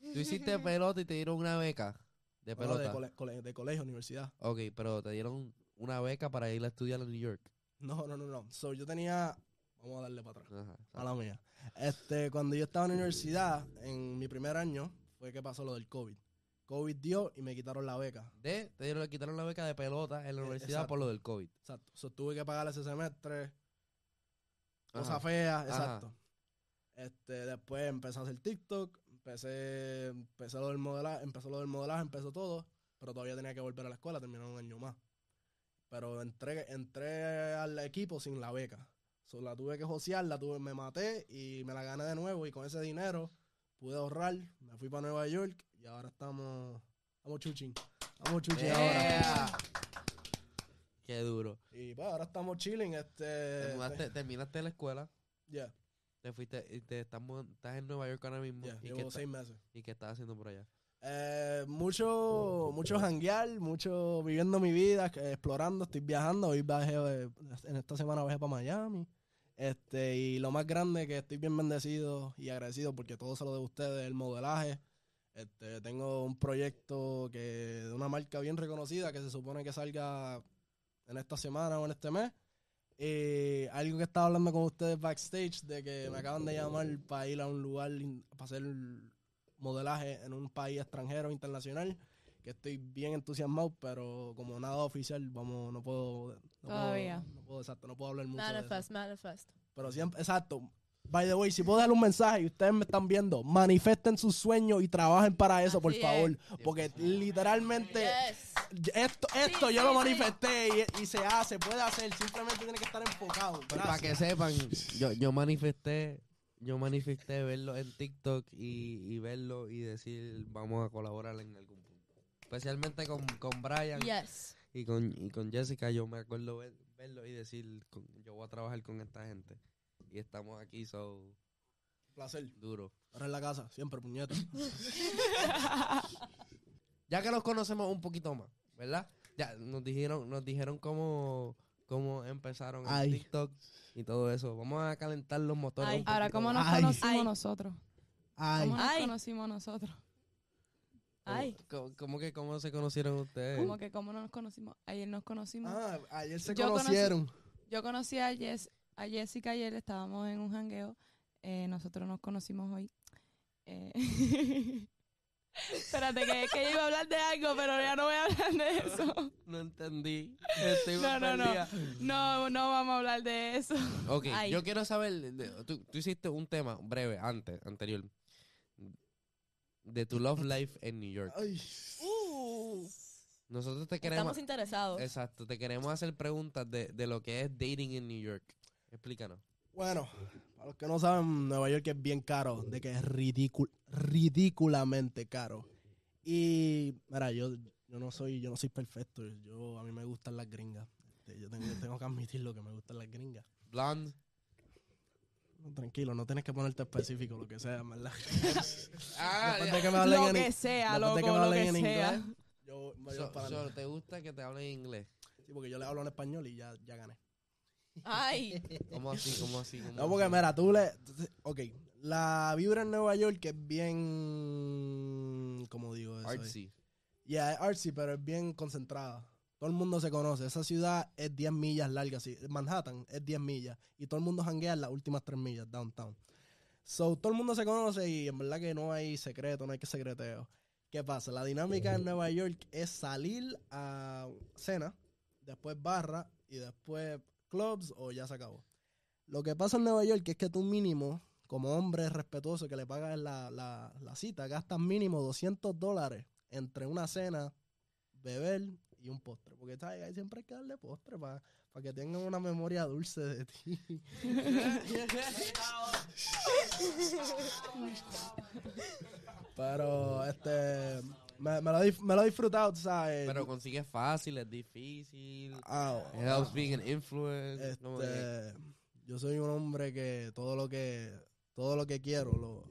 [SPEAKER 1] Tú hiciste pelota y te dieron una beca de
[SPEAKER 3] Bueno, de,
[SPEAKER 1] pelota.
[SPEAKER 3] cole- cole- de colegio, universidad.
[SPEAKER 1] ok, pero te dieron una beca para ir a estudiar a New York.
[SPEAKER 3] No, no, no, no. So, yo tenía. Vamos a darle para atrás.
[SPEAKER 1] Ajá.
[SPEAKER 3] A la mía. Este, cuando yo estaba en la universidad, en mi primer año, fue que pasó lo del COVID. COVID dio y me quitaron la beca.
[SPEAKER 1] De, te dieron- le quitaron la beca de pelota en la
[SPEAKER 3] Eh,
[SPEAKER 1] universidad por lo del COVID.
[SPEAKER 3] Exacto. So, tuve que pagar ese semestre. Cosa
[SPEAKER 1] Ajá.
[SPEAKER 3] fea,
[SPEAKER 1] Ajá.
[SPEAKER 3] ah, exacto. Este, después empecé a hacer TikTok, empecé, empecé lo del modelaje, empezó lo del modelaje, empezó todo, pero todavía tenía que volver a la escuela, terminar un año más. Pero entré, entré al equipo sin la beca. So, la tuve que josear, la tuve, me maté y me la gané de nuevo. Y con ese dinero pude ahorrar, me fui para Nueva York y ahora estamos, estamos chuching. Estamos chuching ahora.
[SPEAKER 1] Yeah. Qué duro.
[SPEAKER 3] Y pues ahora estamos chilling,
[SPEAKER 1] Te
[SPEAKER 3] este.
[SPEAKER 1] mudaste- terminaste la escuela,
[SPEAKER 3] Yeah,
[SPEAKER 1] te fuiste, y te estás, mu- estás en Nueva York ahora mismo.
[SPEAKER 3] yeah,
[SPEAKER 1] ¿Y, qué
[SPEAKER 3] llevo
[SPEAKER 1] está-
[SPEAKER 3] seis meses.
[SPEAKER 1] ¿Y qué estás haciendo por allá?
[SPEAKER 3] Eh, mucho, mucho janguear, mucho viviendo mi vida, eh, explorando, estoy viajando. Hoy bajé, eh, en esta semana bajé para Miami. Este, y lo más grande que estoy bien bendecido y agradecido porque todo se lo de ustedes, el modelaje. Este, tengo un proyecto que, de una marca bien reconocida que se supone que salga en esta semana o en este mes. Eh, algo que estaba hablando con ustedes backstage de que me acaban de llamar para ir a un lugar in- para hacer modelaje en un país extranjero internacional que estoy bien entusiasmado pero como nada oficial vamos no puedo no puedo-
[SPEAKER 2] Todavía.
[SPEAKER 3] no puedo exacto no puedo hablar mucho de eso.
[SPEAKER 4] Manifest, manifest.
[SPEAKER 3] Pero siempre, exacto. By the way, si puedo darle un mensaje y ustedes me están viendo, manifiesten sus sueños y trabajen para eso, por
[SPEAKER 4] Así es.
[SPEAKER 3] favor. Porque literalmente
[SPEAKER 4] Yes.
[SPEAKER 3] esto, esto
[SPEAKER 4] Sí,
[SPEAKER 3] yo lo
[SPEAKER 4] sí, sí.
[SPEAKER 3] manifesté y, y se hace, puede hacer. Simplemente tiene que estar enfocado.
[SPEAKER 1] Pues para que
[SPEAKER 3] Gracias.
[SPEAKER 1] sepan, yo, yo manifesté, yo manifesté verlo en TikTok y, y verlo y decir vamos a colaborar en algún punto. Especialmente con, con Brian
[SPEAKER 4] Yes.
[SPEAKER 1] y, con, y con Jessica, yo me acuerdo ver- verlo y decir con- yo voy a trabajar con esta gente. Y estamos aquí, so
[SPEAKER 3] Placer.
[SPEAKER 1] duro.
[SPEAKER 3] Ahora en la casa, siempre, puñeta.
[SPEAKER 1] Ya que nos conocemos un poquito más, ¿verdad? Ya nos dijeron, nos dijeron cómo, cómo empezaron en
[SPEAKER 3] Ay.
[SPEAKER 1] TikTok y todo eso. Vamos a calentar los motores.
[SPEAKER 4] Ay.
[SPEAKER 1] un
[SPEAKER 2] Ahora,
[SPEAKER 1] poquito
[SPEAKER 2] ¿cómo
[SPEAKER 1] más.
[SPEAKER 2] nos
[SPEAKER 3] Ay.
[SPEAKER 2] conocimos
[SPEAKER 4] Ay.
[SPEAKER 2] nosotros?
[SPEAKER 3] Ay.
[SPEAKER 2] ¿Cómo nos
[SPEAKER 4] Ay.
[SPEAKER 2] conocimos nosotros?
[SPEAKER 1] ¿Cómo-
[SPEAKER 4] Ay.
[SPEAKER 1] ¿Cómo, cómo que cómo se conocieron ustedes?
[SPEAKER 2] Como que, ¿cómo no nos conocimos? Ayer nos conocimos.
[SPEAKER 3] Ah, ayer se
[SPEAKER 2] Yo conocí-
[SPEAKER 3] conocieron.
[SPEAKER 2] Yo conocí a, Jess, a Jessica ayer, estábamos en un jangueo. eh, nosotros nos conocimos hoy. Eh, Espérate, que, que yo iba a hablar de algo, pero ya no voy a hablar de eso.
[SPEAKER 1] No entendí. Estoy
[SPEAKER 2] No, no, no.
[SPEAKER 1] perdida.
[SPEAKER 2] No, no vamos a hablar de eso.
[SPEAKER 1] Ok,
[SPEAKER 4] Ay.
[SPEAKER 1] yo quiero saber, de- tú, tú hiciste un tema breve, antes, anterior, de tu love life en New York.
[SPEAKER 3] Ay.
[SPEAKER 4] Uh,
[SPEAKER 1] Nosotros te queremos...
[SPEAKER 4] Estamos interesados.
[SPEAKER 1] Exacto, te queremos hacer preguntas de, de lo que es dating en New York. Explícanos.
[SPEAKER 3] Bueno, para los que no saben, Nueva York es bien caro, de que es ridículo, ridículamente caro. Y, mira, yo, yo no soy, yo no soy perfecto. Yo, a mí me gustan las gringas. Este, Yo tengo, tengo que admitir lo que me gustan las gringas.
[SPEAKER 1] Blonde.
[SPEAKER 3] No, tranquilo, no tienes que ponerte específico, lo que sea, en ¿verdad?
[SPEAKER 1] Ah,
[SPEAKER 3] Después
[SPEAKER 1] ya.
[SPEAKER 3] de que me hablen
[SPEAKER 2] Lo
[SPEAKER 3] en,
[SPEAKER 2] que
[SPEAKER 3] in-
[SPEAKER 2] sea, loco,
[SPEAKER 3] después de que me
[SPEAKER 2] lo
[SPEAKER 3] hablen
[SPEAKER 2] que
[SPEAKER 3] en
[SPEAKER 2] sea.
[SPEAKER 3] inglés, yo me voy
[SPEAKER 1] So-
[SPEAKER 3] para
[SPEAKER 1] so, ¿Te gusta que te hablen inglés?
[SPEAKER 3] Sí, porque yo le hablo en español y ya, ya gané.
[SPEAKER 4] Ay.
[SPEAKER 1] ¿Cómo así? ¿Cómo así? ¿Cómo
[SPEAKER 3] No, porque
[SPEAKER 1] así?
[SPEAKER 3] mira, tú le... Ok, la vibra en Nueva York es bien... ¿Cómo digo eso?
[SPEAKER 1] Artsy.
[SPEAKER 3] Ya, es artsy, pero es bien concentrada. Todo el mundo se conoce. Esa ciudad es 10 millas larga. sí. Manhattan es 10 millas. Y todo el mundo janguea en las últimas 3 millas, downtown. So, todo el mundo se conoce y en verdad que no hay secreto, no hay que secreteo. ¿Qué pasa? La dinámica en Nueva York es salir a cena, después barra y después clubs o ya se acabó. Lo que pasa en Nueva York es que tú mínimo, como hombre respetuoso que le pagas la, la- la cita, gastas mínimo 200 dólares entre una cena, beber y un postre. Porque ¿sabes? Ahí siempre hay que darle postre para que tengan una memoria dulce de ti. Pero este me, me lo, dif- me lo he disfrutado, tú sabes.
[SPEAKER 1] Pero consigues fácil, es difícil.
[SPEAKER 3] Ah,
[SPEAKER 1] It helps being an influencer.
[SPEAKER 3] Este,
[SPEAKER 1] como que
[SPEAKER 3] yo soy un hombre que todo lo que todo lo que quiero lo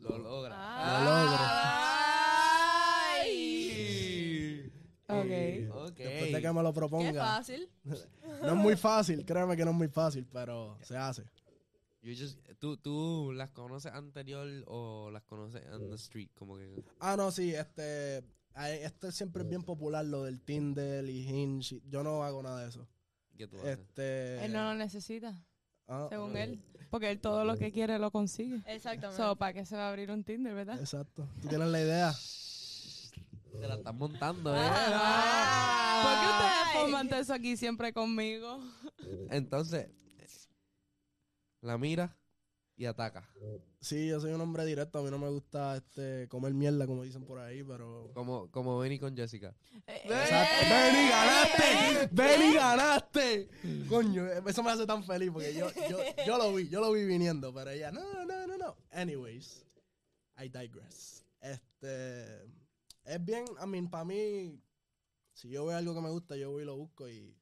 [SPEAKER 1] lo logra.
[SPEAKER 4] Ah.
[SPEAKER 1] Ay.
[SPEAKER 3] y
[SPEAKER 2] Ok.
[SPEAKER 1] Ok.
[SPEAKER 3] después de que me lo
[SPEAKER 4] Qué
[SPEAKER 3] proponga.
[SPEAKER 4] fácil.
[SPEAKER 3] No es muy fácil, créeme que no es muy fácil, pero se hace.
[SPEAKER 1] You just- tú, tú las conoces anterior o las conoces on the street, como que.
[SPEAKER 3] Ah, no, sí, este ay, este siempre es bien popular lo del Tinder y Hinge. y- Yo no hago nada de eso.
[SPEAKER 1] ¿Qué tú haces?
[SPEAKER 3] Este
[SPEAKER 2] Él no lo necesita,
[SPEAKER 3] ah,
[SPEAKER 2] según él. Porque él todo lo que quiere lo consigue.
[SPEAKER 4] Exactamente.
[SPEAKER 2] So, ¿para qué se va a abrir un Tinder, verdad?
[SPEAKER 3] Exacto. Tú tienes la idea.
[SPEAKER 1] Se la están montando,
[SPEAKER 4] Ah.
[SPEAKER 1] ¿eh?
[SPEAKER 2] ¿Por qué ustedes
[SPEAKER 4] Ay.
[SPEAKER 2] forman todo eso aquí siempre conmigo?
[SPEAKER 1] Entonces, la mira y ataca.
[SPEAKER 3] Sí, yo soy un hombre directo. A mí no me gusta este, comer mierda, como dicen por ahí, pero.
[SPEAKER 1] Como, como Benny con Jessica.
[SPEAKER 4] Eh,
[SPEAKER 3] Exacto. ¡Benny, ganaste! ¡Benny, ganaste! eh, Coño, eso me hace tan feliz porque yo, yo, yo lo vi, yo lo vi viniendo, pero ella, no, no, no, no. Anyways, I digress. Este, es bien, I mean, para mí, si yo veo algo que me gusta, yo voy y lo busco y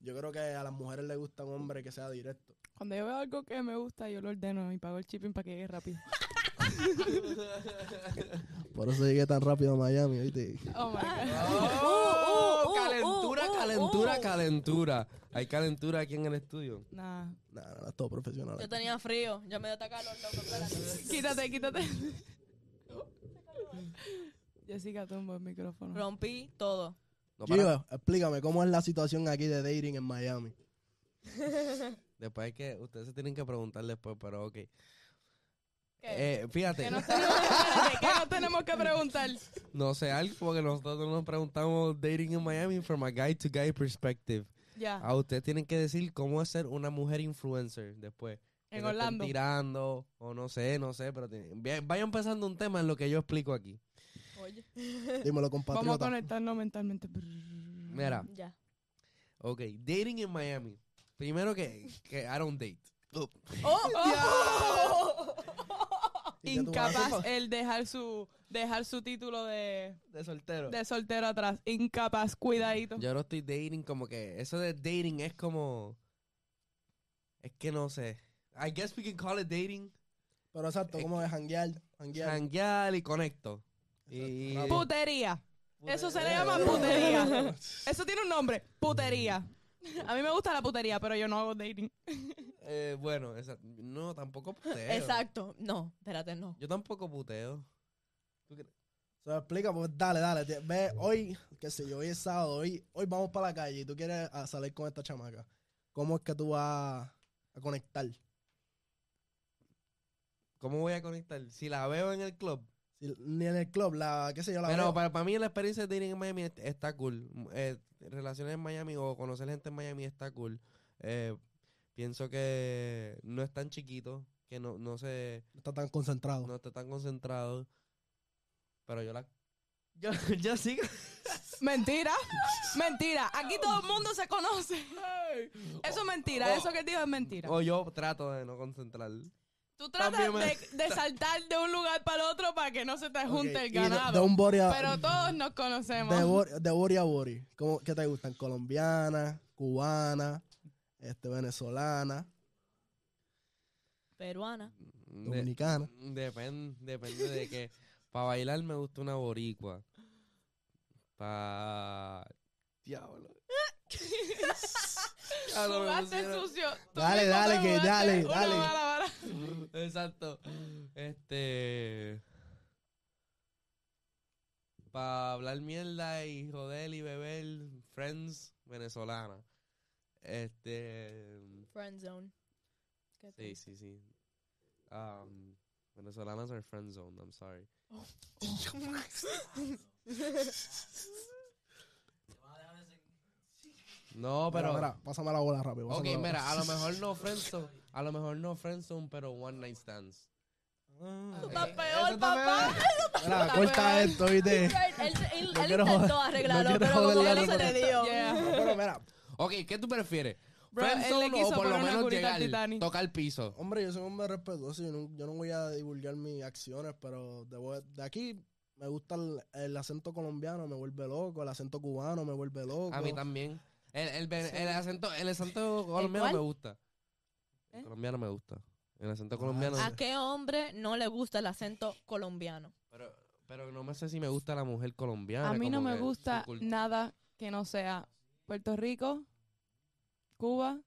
[SPEAKER 3] yo creo que a las mujeres les gusta un hombre que sea directo.
[SPEAKER 2] Cuando yo veo algo que me gusta, yo lo ordeno y pago el shipping para que llegue rápido.
[SPEAKER 3] Por eso llegué tan rápido a Miami, ¿viste?
[SPEAKER 2] Oh my God.
[SPEAKER 1] Oh,
[SPEAKER 4] uh, uh,
[SPEAKER 1] calentura,
[SPEAKER 4] uh, uh,
[SPEAKER 1] calentura,
[SPEAKER 4] uh.
[SPEAKER 1] calentura. Hay calentura aquí en el estudio.
[SPEAKER 2] Nah.
[SPEAKER 3] No, no, no, es todo profesional.
[SPEAKER 4] eh. Yo tenía frío, ya me dio atacar los locos.
[SPEAKER 2] Quítate, quítate. Jessica tumba el micrófono.
[SPEAKER 4] Rompí todo.
[SPEAKER 1] No, para.
[SPEAKER 3] Giga, explícame, ¿cómo es la situación aquí de dating en Miami?
[SPEAKER 1] Después hay que, ustedes se tienen que preguntar después, pero ok.
[SPEAKER 4] ¿Qué?
[SPEAKER 1] Eh, fíjate,
[SPEAKER 2] ¿Qué nos, tenemos, espérate, ¿Qué nos tenemos que preguntar?
[SPEAKER 1] no sé algo porque nosotros nos preguntamos dating in Miami from a guy to guy perspective.
[SPEAKER 2] Ya,
[SPEAKER 3] Ah,
[SPEAKER 1] A ustedes tienen que decir cómo es ser una mujer influencer después. Que
[SPEAKER 2] en
[SPEAKER 1] se estén
[SPEAKER 2] Orlando.
[SPEAKER 1] Tirando, o no sé, no sé, pero tienen- ve- vayan pensando un tema en lo que yo explico aquí.
[SPEAKER 4] Oye,
[SPEAKER 3] Dímelo,
[SPEAKER 2] Vamos a
[SPEAKER 3] compatriota.
[SPEAKER 2] conectarnos mentalmente.
[SPEAKER 1] Mira,
[SPEAKER 4] ya.
[SPEAKER 1] ok, dating in Miami. Primero que, que I don't date.
[SPEAKER 4] Oh,
[SPEAKER 3] ¿Y qué tú vas a hacer?
[SPEAKER 2] Incapaz el dejar su dejar su título de,
[SPEAKER 1] De soltero.
[SPEAKER 2] de soltero atrás. Incapaz, cuidadito.
[SPEAKER 1] Yo no estoy dating como que eso de dating es como es que no sé. I guess we can call it dating.
[SPEAKER 3] Pero exacto,
[SPEAKER 1] Es
[SPEAKER 3] como de janguear, janguear.
[SPEAKER 1] Janguear y conecto. Y
[SPEAKER 3] Exacto.
[SPEAKER 2] Putería. Eso se le llama putería.
[SPEAKER 3] putería.
[SPEAKER 2] Eso tiene un nombre, putería. A mí me gusta la putería, pero yo no hago dating.
[SPEAKER 1] Eh, bueno, esa- no tampoco puteo.
[SPEAKER 4] Exacto. No, espérate, no.
[SPEAKER 1] Yo tampoco puteo.
[SPEAKER 3] Se lo explica, pues dale, dale. te- Ve, hoy, qué sé yo, hoy es sábado, hoy, hoy vamos para la calle y tú quieres ah, salir con esta chamaca. ¿Cómo es que tú vas a conectar?
[SPEAKER 1] ¿Cómo voy a conectar? Si la veo en el club.
[SPEAKER 3] Si ni en el club, la, qué sé yo, la
[SPEAKER 1] Pero
[SPEAKER 3] veo-
[SPEAKER 1] para, para mí la experiencia de dating en Miami est- está cool. M- eh, relaciones en Miami o conocer gente en Miami está cool. Eh, pienso que no es tan chiquito, que no, no se...
[SPEAKER 3] no está tan concentrado.
[SPEAKER 1] no está tan concentrado. Pero yo la. Yo, yo sí.
[SPEAKER 2] Mentira, mentira. Aquí todo el mundo se conoce. Eso es mentira, eso que él dijo es mentira.
[SPEAKER 1] O yo trato de no concentrar.
[SPEAKER 2] Tú tratas
[SPEAKER 1] Oh. también me-
[SPEAKER 2] de, de saltar de un lugar para el otro para que no se te
[SPEAKER 3] Ok,
[SPEAKER 2] junte
[SPEAKER 3] y
[SPEAKER 2] el
[SPEAKER 3] de-
[SPEAKER 2] ganado.
[SPEAKER 3] De, un body a,
[SPEAKER 2] Pero todos nos conocemos.
[SPEAKER 3] de, body, de body a body. ¿Cómo, ¿Qué te gustan? Colombiana, cubana, este, venezolana,
[SPEAKER 4] Peruana.
[SPEAKER 1] De-
[SPEAKER 3] dominicana.
[SPEAKER 1] depen- depende de que. Para bailar me gusta una boricua. Para. Diablo. Diablo, Ah, me
[SPEAKER 2] Jugaste
[SPEAKER 1] pusieron-
[SPEAKER 2] sucio. Tú
[SPEAKER 3] Dale,
[SPEAKER 2] mismo
[SPEAKER 3] dale,
[SPEAKER 2] te
[SPEAKER 3] que
[SPEAKER 2] jugaste
[SPEAKER 3] dale,
[SPEAKER 2] este una
[SPEAKER 3] dale.
[SPEAKER 2] mala vara.
[SPEAKER 1] Exacto. Este. Para hablar mierda y joder y beber, Friends venezolana. Este.
[SPEAKER 4] Friend zone. ¿Qué
[SPEAKER 1] Sí, sí, sí. Um, venezolanas are friend zone, I'm sorry. No,
[SPEAKER 3] Pero,
[SPEAKER 1] pero.
[SPEAKER 3] mira, pásame la bola rápido.
[SPEAKER 1] ok,
[SPEAKER 3] pásame la bola.
[SPEAKER 1] mira, a lo mejor no friendzone, a lo mejor no friendzone, pero one night stands.
[SPEAKER 3] Ah,
[SPEAKER 4] Está
[SPEAKER 1] Eh,
[SPEAKER 4] peor,
[SPEAKER 1] eso está
[SPEAKER 4] papá.
[SPEAKER 3] Mira,
[SPEAKER 4] Está
[SPEAKER 3] corta
[SPEAKER 4] peor.
[SPEAKER 1] Pues,
[SPEAKER 3] esto, ¿viste?
[SPEAKER 4] Él, él-
[SPEAKER 3] No
[SPEAKER 4] él
[SPEAKER 3] quiero joder-
[SPEAKER 4] intentó
[SPEAKER 3] no
[SPEAKER 4] arreglarlo,
[SPEAKER 3] quiero
[SPEAKER 4] pero como que
[SPEAKER 3] joderla,
[SPEAKER 4] no se le
[SPEAKER 3] pero-
[SPEAKER 4] dio.
[SPEAKER 2] Yeah.
[SPEAKER 3] No, pero mira,
[SPEAKER 1] Ok, ¿qué tú prefieres?
[SPEAKER 2] Bro, él le
[SPEAKER 1] Friendzone o
[SPEAKER 2] quiso
[SPEAKER 1] por lo
[SPEAKER 2] poner una
[SPEAKER 1] menos
[SPEAKER 2] curita al
[SPEAKER 1] llegar,
[SPEAKER 2] Titanic.
[SPEAKER 1] toca el piso.
[SPEAKER 3] hombre, yo soy un hombre respetuoso. Yo no, yo no voy a divulgar mis acciones, pero de, vu- de aquí me gusta el, el acento colombiano, me vuelve loco. El acento cubano me vuelve loco.
[SPEAKER 1] A mí también. El, el, ven-
[SPEAKER 4] Sí.
[SPEAKER 1] el acento, el acento colombiano
[SPEAKER 4] cuál?
[SPEAKER 1] me gusta. El
[SPEAKER 4] ¿Eh?
[SPEAKER 1] colombiano me gusta. El acento
[SPEAKER 3] Ah,
[SPEAKER 1] colombiano.
[SPEAKER 3] sí.
[SPEAKER 4] ¿A qué hombre no le gusta el acento colombiano?
[SPEAKER 1] Pero, pero no me sé si me gusta la mujer colombiana.
[SPEAKER 2] A mí no
[SPEAKER 1] como
[SPEAKER 2] me
[SPEAKER 1] que su
[SPEAKER 2] gusta
[SPEAKER 1] cult-
[SPEAKER 2] nada que no sea Puerto Rico, Cuba.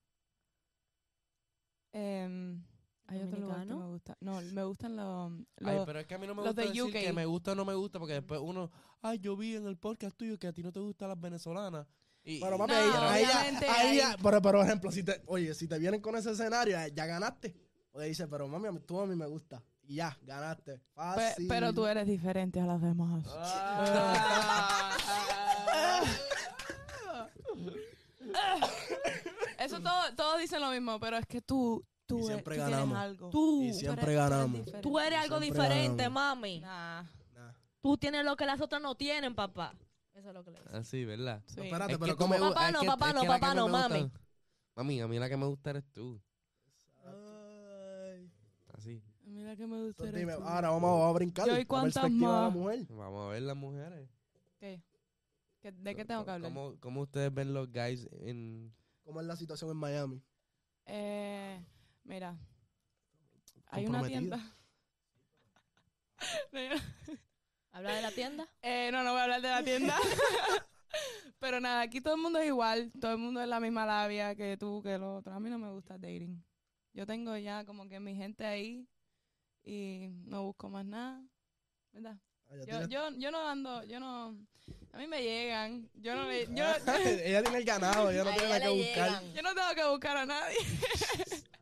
[SPEAKER 2] em, hay otro lugar que
[SPEAKER 4] ¿Dominicano?
[SPEAKER 2] me gusta. No, me gustan los.
[SPEAKER 1] Ay,
[SPEAKER 2] los-
[SPEAKER 1] pero es que a mí no me
[SPEAKER 2] los
[SPEAKER 1] gusta
[SPEAKER 2] de
[SPEAKER 1] decir
[SPEAKER 2] UK.
[SPEAKER 1] que me gusta o no me gusta, porque después uno, ay, yo vi en el podcast tuyo que a ti no te gustan las venezolanas. Y,
[SPEAKER 3] Pero
[SPEAKER 1] y-
[SPEAKER 3] papi,
[SPEAKER 4] No,
[SPEAKER 3] ahí- ahí,
[SPEAKER 2] obviamente,
[SPEAKER 3] ya, ahí
[SPEAKER 2] ahí-
[SPEAKER 3] ya- pero, pero, por ejemplo, si te, oye, si te vienen con ese escenario, eh, ya ganaste. O te dice, pero mami, a mí- tú a mí me gusta. Y ya, ganaste.
[SPEAKER 2] Pe-
[SPEAKER 3] Fácil.
[SPEAKER 2] pero tú eres diferente a las demás.
[SPEAKER 1] Ah,
[SPEAKER 2] Eso todo, todos dicen lo mismo, pero es que tú, tú,
[SPEAKER 3] Y
[SPEAKER 2] e-
[SPEAKER 3] siempre
[SPEAKER 2] tú tienes
[SPEAKER 3] ganamos.
[SPEAKER 2] algo.
[SPEAKER 4] Tú,
[SPEAKER 3] Oh. Y siempre
[SPEAKER 2] tú eres
[SPEAKER 3] ganamos.
[SPEAKER 2] diferente.
[SPEAKER 4] tú eres algo
[SPEAKER 3] Siempre
[SPEAKER 4] diferente,
[SPEAKER 3] ganamos.
[SPEAKER 4] mami.
[SPEAKER 2] Nah,
[SPEAKER 3] Nah.
[SPEAKER 4] Tú tienes lo que las otras no tienen, papá. Eso es lo que le dicen.
[SPEAKER 1] Así, Ah, ¿verdad?
[SPEAKER 2] sí.
[SPEAKER 3] espérate,
[SPEAKER 1] Es que
[SPEAKER 3] pero
[SPEAKER 1] tú
[SPEAKER 3] ¿cómo?
[SPEAKER 1] me gu-
[SPEAKER 4] Papá
[SPEAKER 1] es
[SPEAKER 4] no,
[SPEAKER 1] que-
[SPEAKER 4] papá
[SPEAKER 1] es
[SPEAKER 4] no,
[SPEAKER 1] que la que
[SPEAKER 4] papá
[SPEAKER 1] más
[SPEAKER 4] no,
[SPEAKER 1] me gusta-
[SPEAKER 4] mami.
[SPEAKER 1] Mami, a mí la que me gusta eres tú.
[SPEAKER 3] Ay.
[SPEAKER 1] Así.
[SPEAKER 2] Mira que me gusta.
[SPEAKER 3] Entonces
[SPEAKER 2] eres
[SPEAKER 3] dime,
[SPEAKER 2] tú.
[SPEAKER 3] ahora vamos a, vamos a brincar.
[SPEAKER 2] Yo, ¿y
[SPEAKER 3] la
[SPEAKER 2] cuántas
[SPEAKER 3] perspectiva de la
[SPEAKER 2] más?
[SPEAKER 3] mujer.
[SPEAKER 1] Vamos a ver las mujeres.
[SPEAKER 2] ¿Qué? ¿Qué- ¿De qué tengo que hablar?
[SPEAKER 1] ¿Cómo, cómo ustedes ven los guys en...
[SPEAKER 3] ¿Cómo es la situación en Miami?
[SPEAKER 2] Eh, mira, hay una
[SPEAKER 3] Comprometida.
[SPEAKER 2] tienda. No, yo-
[SPEAKER 4] Habla de la tienda.
[SPEAKER 2] Eh, no, no voy a hablar de la tienda. Pero nada, aquí todo el mundo es igual, todo el mundo es la misma labia que tú, que lo otro. A mí no me gusta dating. Yo tengo ya como que mi gente ahí y no busco más nada. ¿Verdad?
[SPEAKER 3] Ah, ya
[SPEAKER 2] Yo,
[SPEAKER 3] tienes-
[SPEAKER 2] yo, yo no ando, yo no... A mí me llegan, yo no, le-
[SPEAKER 1] Ah.
[SPEAKER 2] yo,
[SPEAKER 3] ella tiene el ganado, ella no
[SPEAKER 4] A
[SPEAKER 3] tiene
[SPEAKER 4] ella
[SPEAKER 3] nada que
[SPEAKER 4] le
[SPEAKER 3] buscar.
[SPEAKER 4] llegan.
[SPEAKER 2] yo no tengo que buscar a nadie.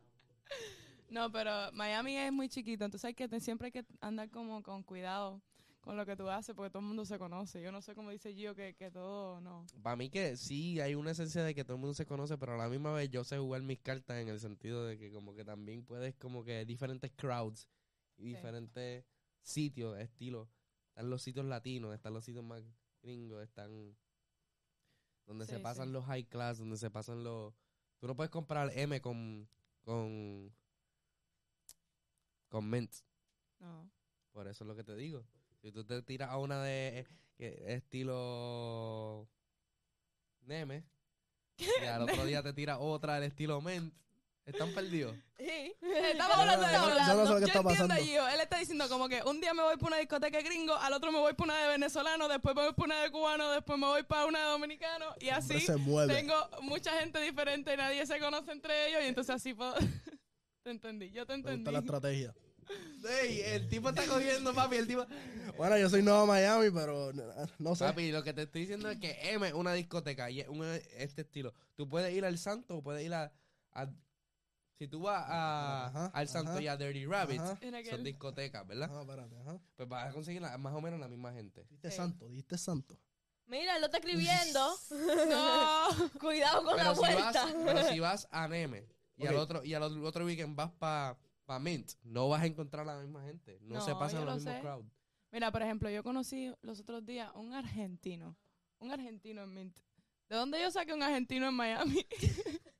[SPEAKER 2] no, pero Miami es muy chiquito, entonces hay que te- siempre hay que andar como con cuidado con lo que tú haces, porque todo el mundo se conoce. Yo no sé cómo dice Gio que, que todo no.
[SPEAKER 1] Para mí que sí, hay una esencia de que todo el mundo se conoce, pero a la misma vez yo sé jugar mis cartas en el sentido de que como que también puedes como que diferentes crowds y
[SPEAKER 2] Sí.
[SPEAKER 1] diferentes sitios, estilos. Están los sitios latinos, están los sitios más gringos, están donde se
[SPEAKER 2] Sí,
[SPEAKER 1] pasan
[SPEAKER 2] sí.
[SPEAKER 1] los high class, donde se pasan los... Tú no puedes comprar M con... con... con Mint.
[SPEAKER 2] No.
[SPEAKER 1] Por eso es lo que te digo. Si tú te tiras a una de eh, que- estilo Neme y al otro día te tiras otra del estilo Ment, están perdidos.
[SPEAKER 2] Sí. Estamos
[SPEAKER 3] Yo no-
[SPEAKER 2] hablando de
[SPEAKER 3] yo no- yo no sé lo que
[SPEAKER 2] Yo
[SPEAKER 3] está
[SPEAKER 2] entiendo a
[SPEAKER 3] pasando.
[SPEAKER 2] Gio. Él está diciendo como que un día me voy para una discoteca gringo, al otro me voy para una de venezolano, después me voy para una de cubano, después me voy para una de dominicano. Y
[SPEAKER 3] Hombre,
[SPEAKER 2] así
[SPEAKER 3] se mueve.
[SPEAKER 2] tengo mucha gente diferente, nadie se conoce entre ellos y entonces así puedo... te entendí, yo te
[SPEAKER 3] Me
[SPEAKER 2] entendí.
[SPEAKER 3] gusta la estrategia.
[SPEAKER 1] el tipo está cogiendo, papi, el tipo...
[SPEAKER 3] Bueno, yo soy nuevo a Miami, pero no, no sé.
[SPEAKER 1] Papi, lo que te estoy diciendo es que M es una discoteca y es un- este estilo. Tú puedes ir al Santo o puedes ir a... a- si tú vas a-
[SPEAKER 3] Ajá,
[SPEAKER 1] al Santo
[SPEAKER 3] ajá,
[SPEAKER 1] y a Dirty Rabbit,
[SPEAKER 3] Ajá.
[SPEAKER 2] En
[SPEAKER 1] son
[SPEAKER 2] aquel-
[SPEAKER 1] discotecas, ¿verdad?
[SPEAKER 3] Ajá, espérate, ajá.
[SPEAKER 1] Pues vas a conseguir la- más o menos la misma gente.
[SPEAKER 3] Diste
[SPEAKER 2] Sí.
[SPEAKER 3] santo, diste santo.
[SPEAKER 4] Mira, él lo está escribiendo.
[SPEAKER 2] No.
[SPEAKER 4] Cuidado con la
[SPEAKER 1] pero si,
[SPEAKER 4] vuelta.
[SPEAKER 1] vas, pero si vas a Neme y al
[SPEAKER 3] Ok.
[SPEAKER 1] otro y al otro, otro weekend vas para pa Mint, no vas a encontrar a la misma gente. No, se
[SPEAKER 2] No,
[SPEAKER 1] pasan
[SPEAKER 2] yo
[SPEAKER 1] los
[SPEAKER 2] lo
[SPEAKER 1] mismos
[SPEAKER 2] sé.
[SPEAKER 1] crowd.
[SPEAKER 2] Mira, por ejemplo, yo conocí los otros días un argentino. Un argentino en Mint. ¿De dónde yo saqué un argentino en Miami?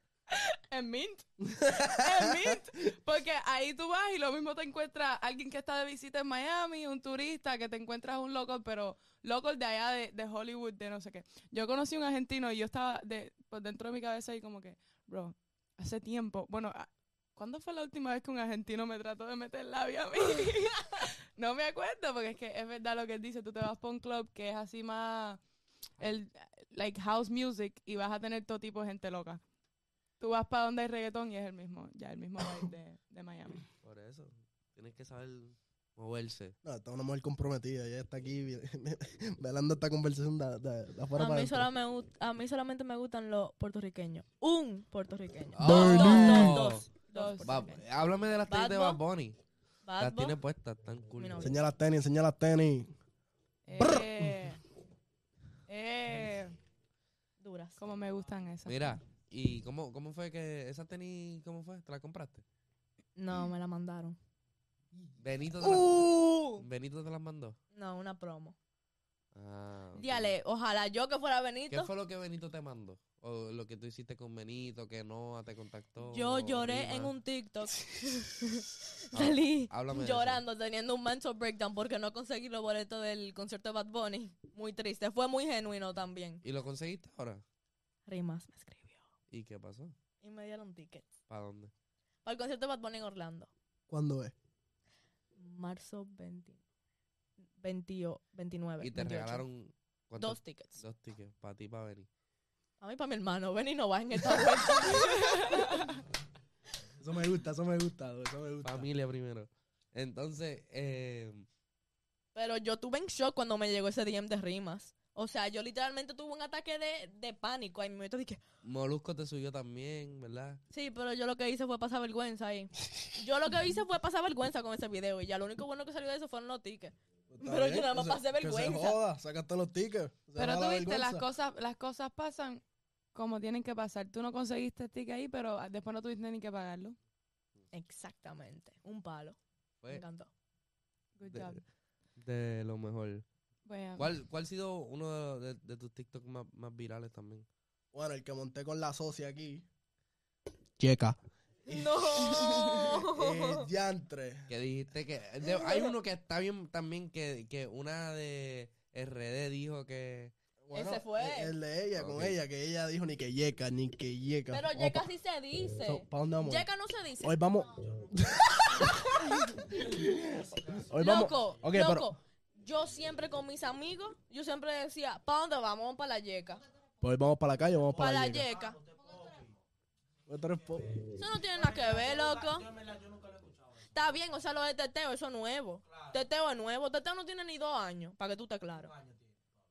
[SPEAKER 2] en Mint. en Mint. Porque ahí tú vas y lo mismo te encuentras alguien que está de visita en Miami, un turista, que te encuentras un local, pero local de allá de, de Hollywood, de no sé qué. Yo conocí un argentino y yo estaba de, por dentro de mi cabeza y como que, bro, hace tiempo. Bueno, a- ¿cuándo fue la última vez que un argentino me trató de meter labia a mí? No me acuerdo, porque es que es verdad lo que él dice. Tú te vas para un club que es así más. El, like house music y vas a tener todo tipo de gente loca. Tú vas para donde hay reggaetón y es el mismo, ya el mismo vibe de, de Miami.
[SPEAKER 1] Por eso tienes que saber moverse.
[SPEAKER 3] No, esta es una mujer comprometida. Ella está aquí vi- velando esta conversación de, de- de afuera para
[SPEAKER 4] A mí,
[SPEAKER 3] adentro.
[SPEAKER 4] solo me gust- a mí solamente me gustan los puertorriqueños. Un puertorriqueño.
[SPEAKER 1] Oh.
[SPEAKER 4] Dos, dos, dos.
[SPEAKER 2] Dos.
[SPEAKER 4] Dos
[SPEAKER 1] Va-
[SPEAKER 4] puertorriqueños.
[SPEAKER 1] háblame de las tenis
[SPEAKER 4] Bad
[SPEAKER 1] de
[SPEAKER 4] Bunny.
[SPEAKER 1] Bad Bunny.
[SPEAKER 4] Bad
[SPEAKER 1] Las
[SPEAKER 4] Bunny.
[SPEAKER 1] tiene puestas tan cool.
[SPEAKER 4] Mi novio.
[SPEAKER 3] Enseña las tenis, enseña las tenis.
[SPEAKER 2] Eh, eh,
[SPEAKER 4] duras.
[SPEAKER 2] como me gustan esas.
[SPEAKER 1] Mira, ¿y cómo, cómo fue que esa tenis, cómo fue? ¿Te la compraste?
[SPEAKER 4] No, me la mandaron.
[SPEAKER 1] Benito te, la-
[SPEAKER 4] ¡Uh!
[SPEAKER 1] Benito te las mandó.
[SPEAKER 4] No, una promo.
[SPEAKER 1] Ah, ok.
[SPEAKER 4] Díale, ojalá yo que fuera Benito.
[SPEAKER 1] ¿Qué fue lo que Benito te mandó? O lo que tú hiciste con Benito, que no te contactó.
[SPEAKER 4] Yo
[SPEAKER 1] o
[SPEAKER 4] lloré
[SPEAKER 1] Rima.
[SPEAKER 4] en un
[SPEAKER 1] Ah,
[SPEAKER 4] TikTok. Salí
[SPEAKER 1] háblame de eso.
[SPEAKER 4] llorando, teniendo un mental breakdown porque no conseguí los boletos del concierto de Bad Bunny. Muy triste. Fue muy genuino también.
[SPEAKER 1] ¿Y lo conseguiste ahora?
[SPEAKER 4] Rimas me escribió.
[SPEAKER 1] ¿Y qué pasó?
[SPEAKER 4] Y me dieron tickets.
[SPEAKER 1] ¿Para dónde?
[SPEAKER 4] Para el concierto de Bad Bunny en Orlando.
[SPEAKER 3] ¿Cuándo es?
[SPEAKER 4] Marzo 20, 20 29.
[SPEAKER 1] Y te
[SPEAKER 4] 28.
[SPEAKER 1] regalaron ¿cuántos?
[SPEAKER 4] dos tickets.
[SPEAKER 1] Dos tickets para ti, para venir.
[SPEAKER 4] A mí para mi hermano. Benny no va en esta vuelta.
[SPEAKER 3] Eso me gusta, eso me gusta, eso me gusta.
[SPEAKER 1] Familia primero. Entonces, eh,
[SPEAKER 4] Pero yo tuve en shock cuando me llegó ese DM de Rimas. O sea, yo literalmente tuve un ataque de, de pánico. Ahí me dije,
[SPEAKER 1] Molusco te subió también, ¿verdad?
[SPEAKER 4] sí, pero yo lo que hice fue pasar vergüenza ahí. Yo lo que hice fue pasar vergüenza con ese video. Y ya lo único bueno que salió de eso fueron los tickets.
[SPEAKER 3] Pues está
[SPEAKER 4] Pero yo
[SPEAKER 3] bien,
[SPEAKER 4] nada más
[SPEAKER 3] que se-
[SPEAKER 4] pasé vergüenza.
[SPEAKER 3] Que se joda, sacaste los tickets. se
[SPEAKER 2] Pero
[SPEAKER 3] joda
[SPEAKER 2] tú
[SPEAKER 3] la
[SPEAKER 2] viste, las
[SPEAKER 3] vergüenza.
[SPEAKER 2] cosas, las cosas pasan como tienen que pasar. Tú no conseguiste el ticket ahí, pero ah, después no tuviste ni que pagarlo.
[SPEAKER 4] Exactamente. Un palo.
[SPEAKER 3] Eh.
[SPEAKER 4] Me
[SPEAKER 1] Fue
[SPEAKER 4] encantó.
[SPEAKER 2] Good job.
[SPEAKER 1] de, de lo mejor.
[SPEAKER 2] Bueno,
[SPEAKER 1] ¿Cuál, ¿Cuál ha sido uno de, de- de tus TikTok más, más virales también?
[SPEAKER 3] Bueno, el que monté con la socia aquí. Checa.
[SPEAKER 4] ¡No!
[SPEAKER 3] Eh, diantre.
[SPEAKER 1] Que dijiste que... de- hay uno que está bien también, que, que una de RD dijo que...
[SPEAKER 4] Ese fue.
[SPEAKER 3] eh, El, el de ella, con
[SPEAKER 1] Ok.
[SPEAKER 3] ella, que ella dijo ni que yeca, ni que yeca.
[SPEAKER 4] Pero Yeka sí se dice.
[SPEAKER 3] ¿Para dónde vamos?
[SPEAKER 4] Yeka no se dice.
[SPEAKER 3] Hoy vamos. Hoy vamos.
[SPEAKER 4] Loco,
[SPEAKER 3] Ok,
[SPEAKER 4] loco.
[SPEAKER 3] pero-
[SPEAKER 4] Yo siempre con mis amigos, yo siempre decía, ¿para dónde vamos? Vamos para la Yeca.
[SPEAKER 3] pues Hoy vamos para la calle, vamos
[SPEAKER 4] Para
[SPEAKER 3] para
[SPEAKER 4] la
[SPEAKER 3] la yeca.
[SPEAKER 4] Yeca.
[SPEAKER 3] Otro es po-
[SPEAKER 4] Eso no tiene nada que ver, loco. Está bien, o sea, lo de Teteo, eso es nuevo. Teteo es nuevo. Teteo no tiene ni dos años, para que tú estés claro.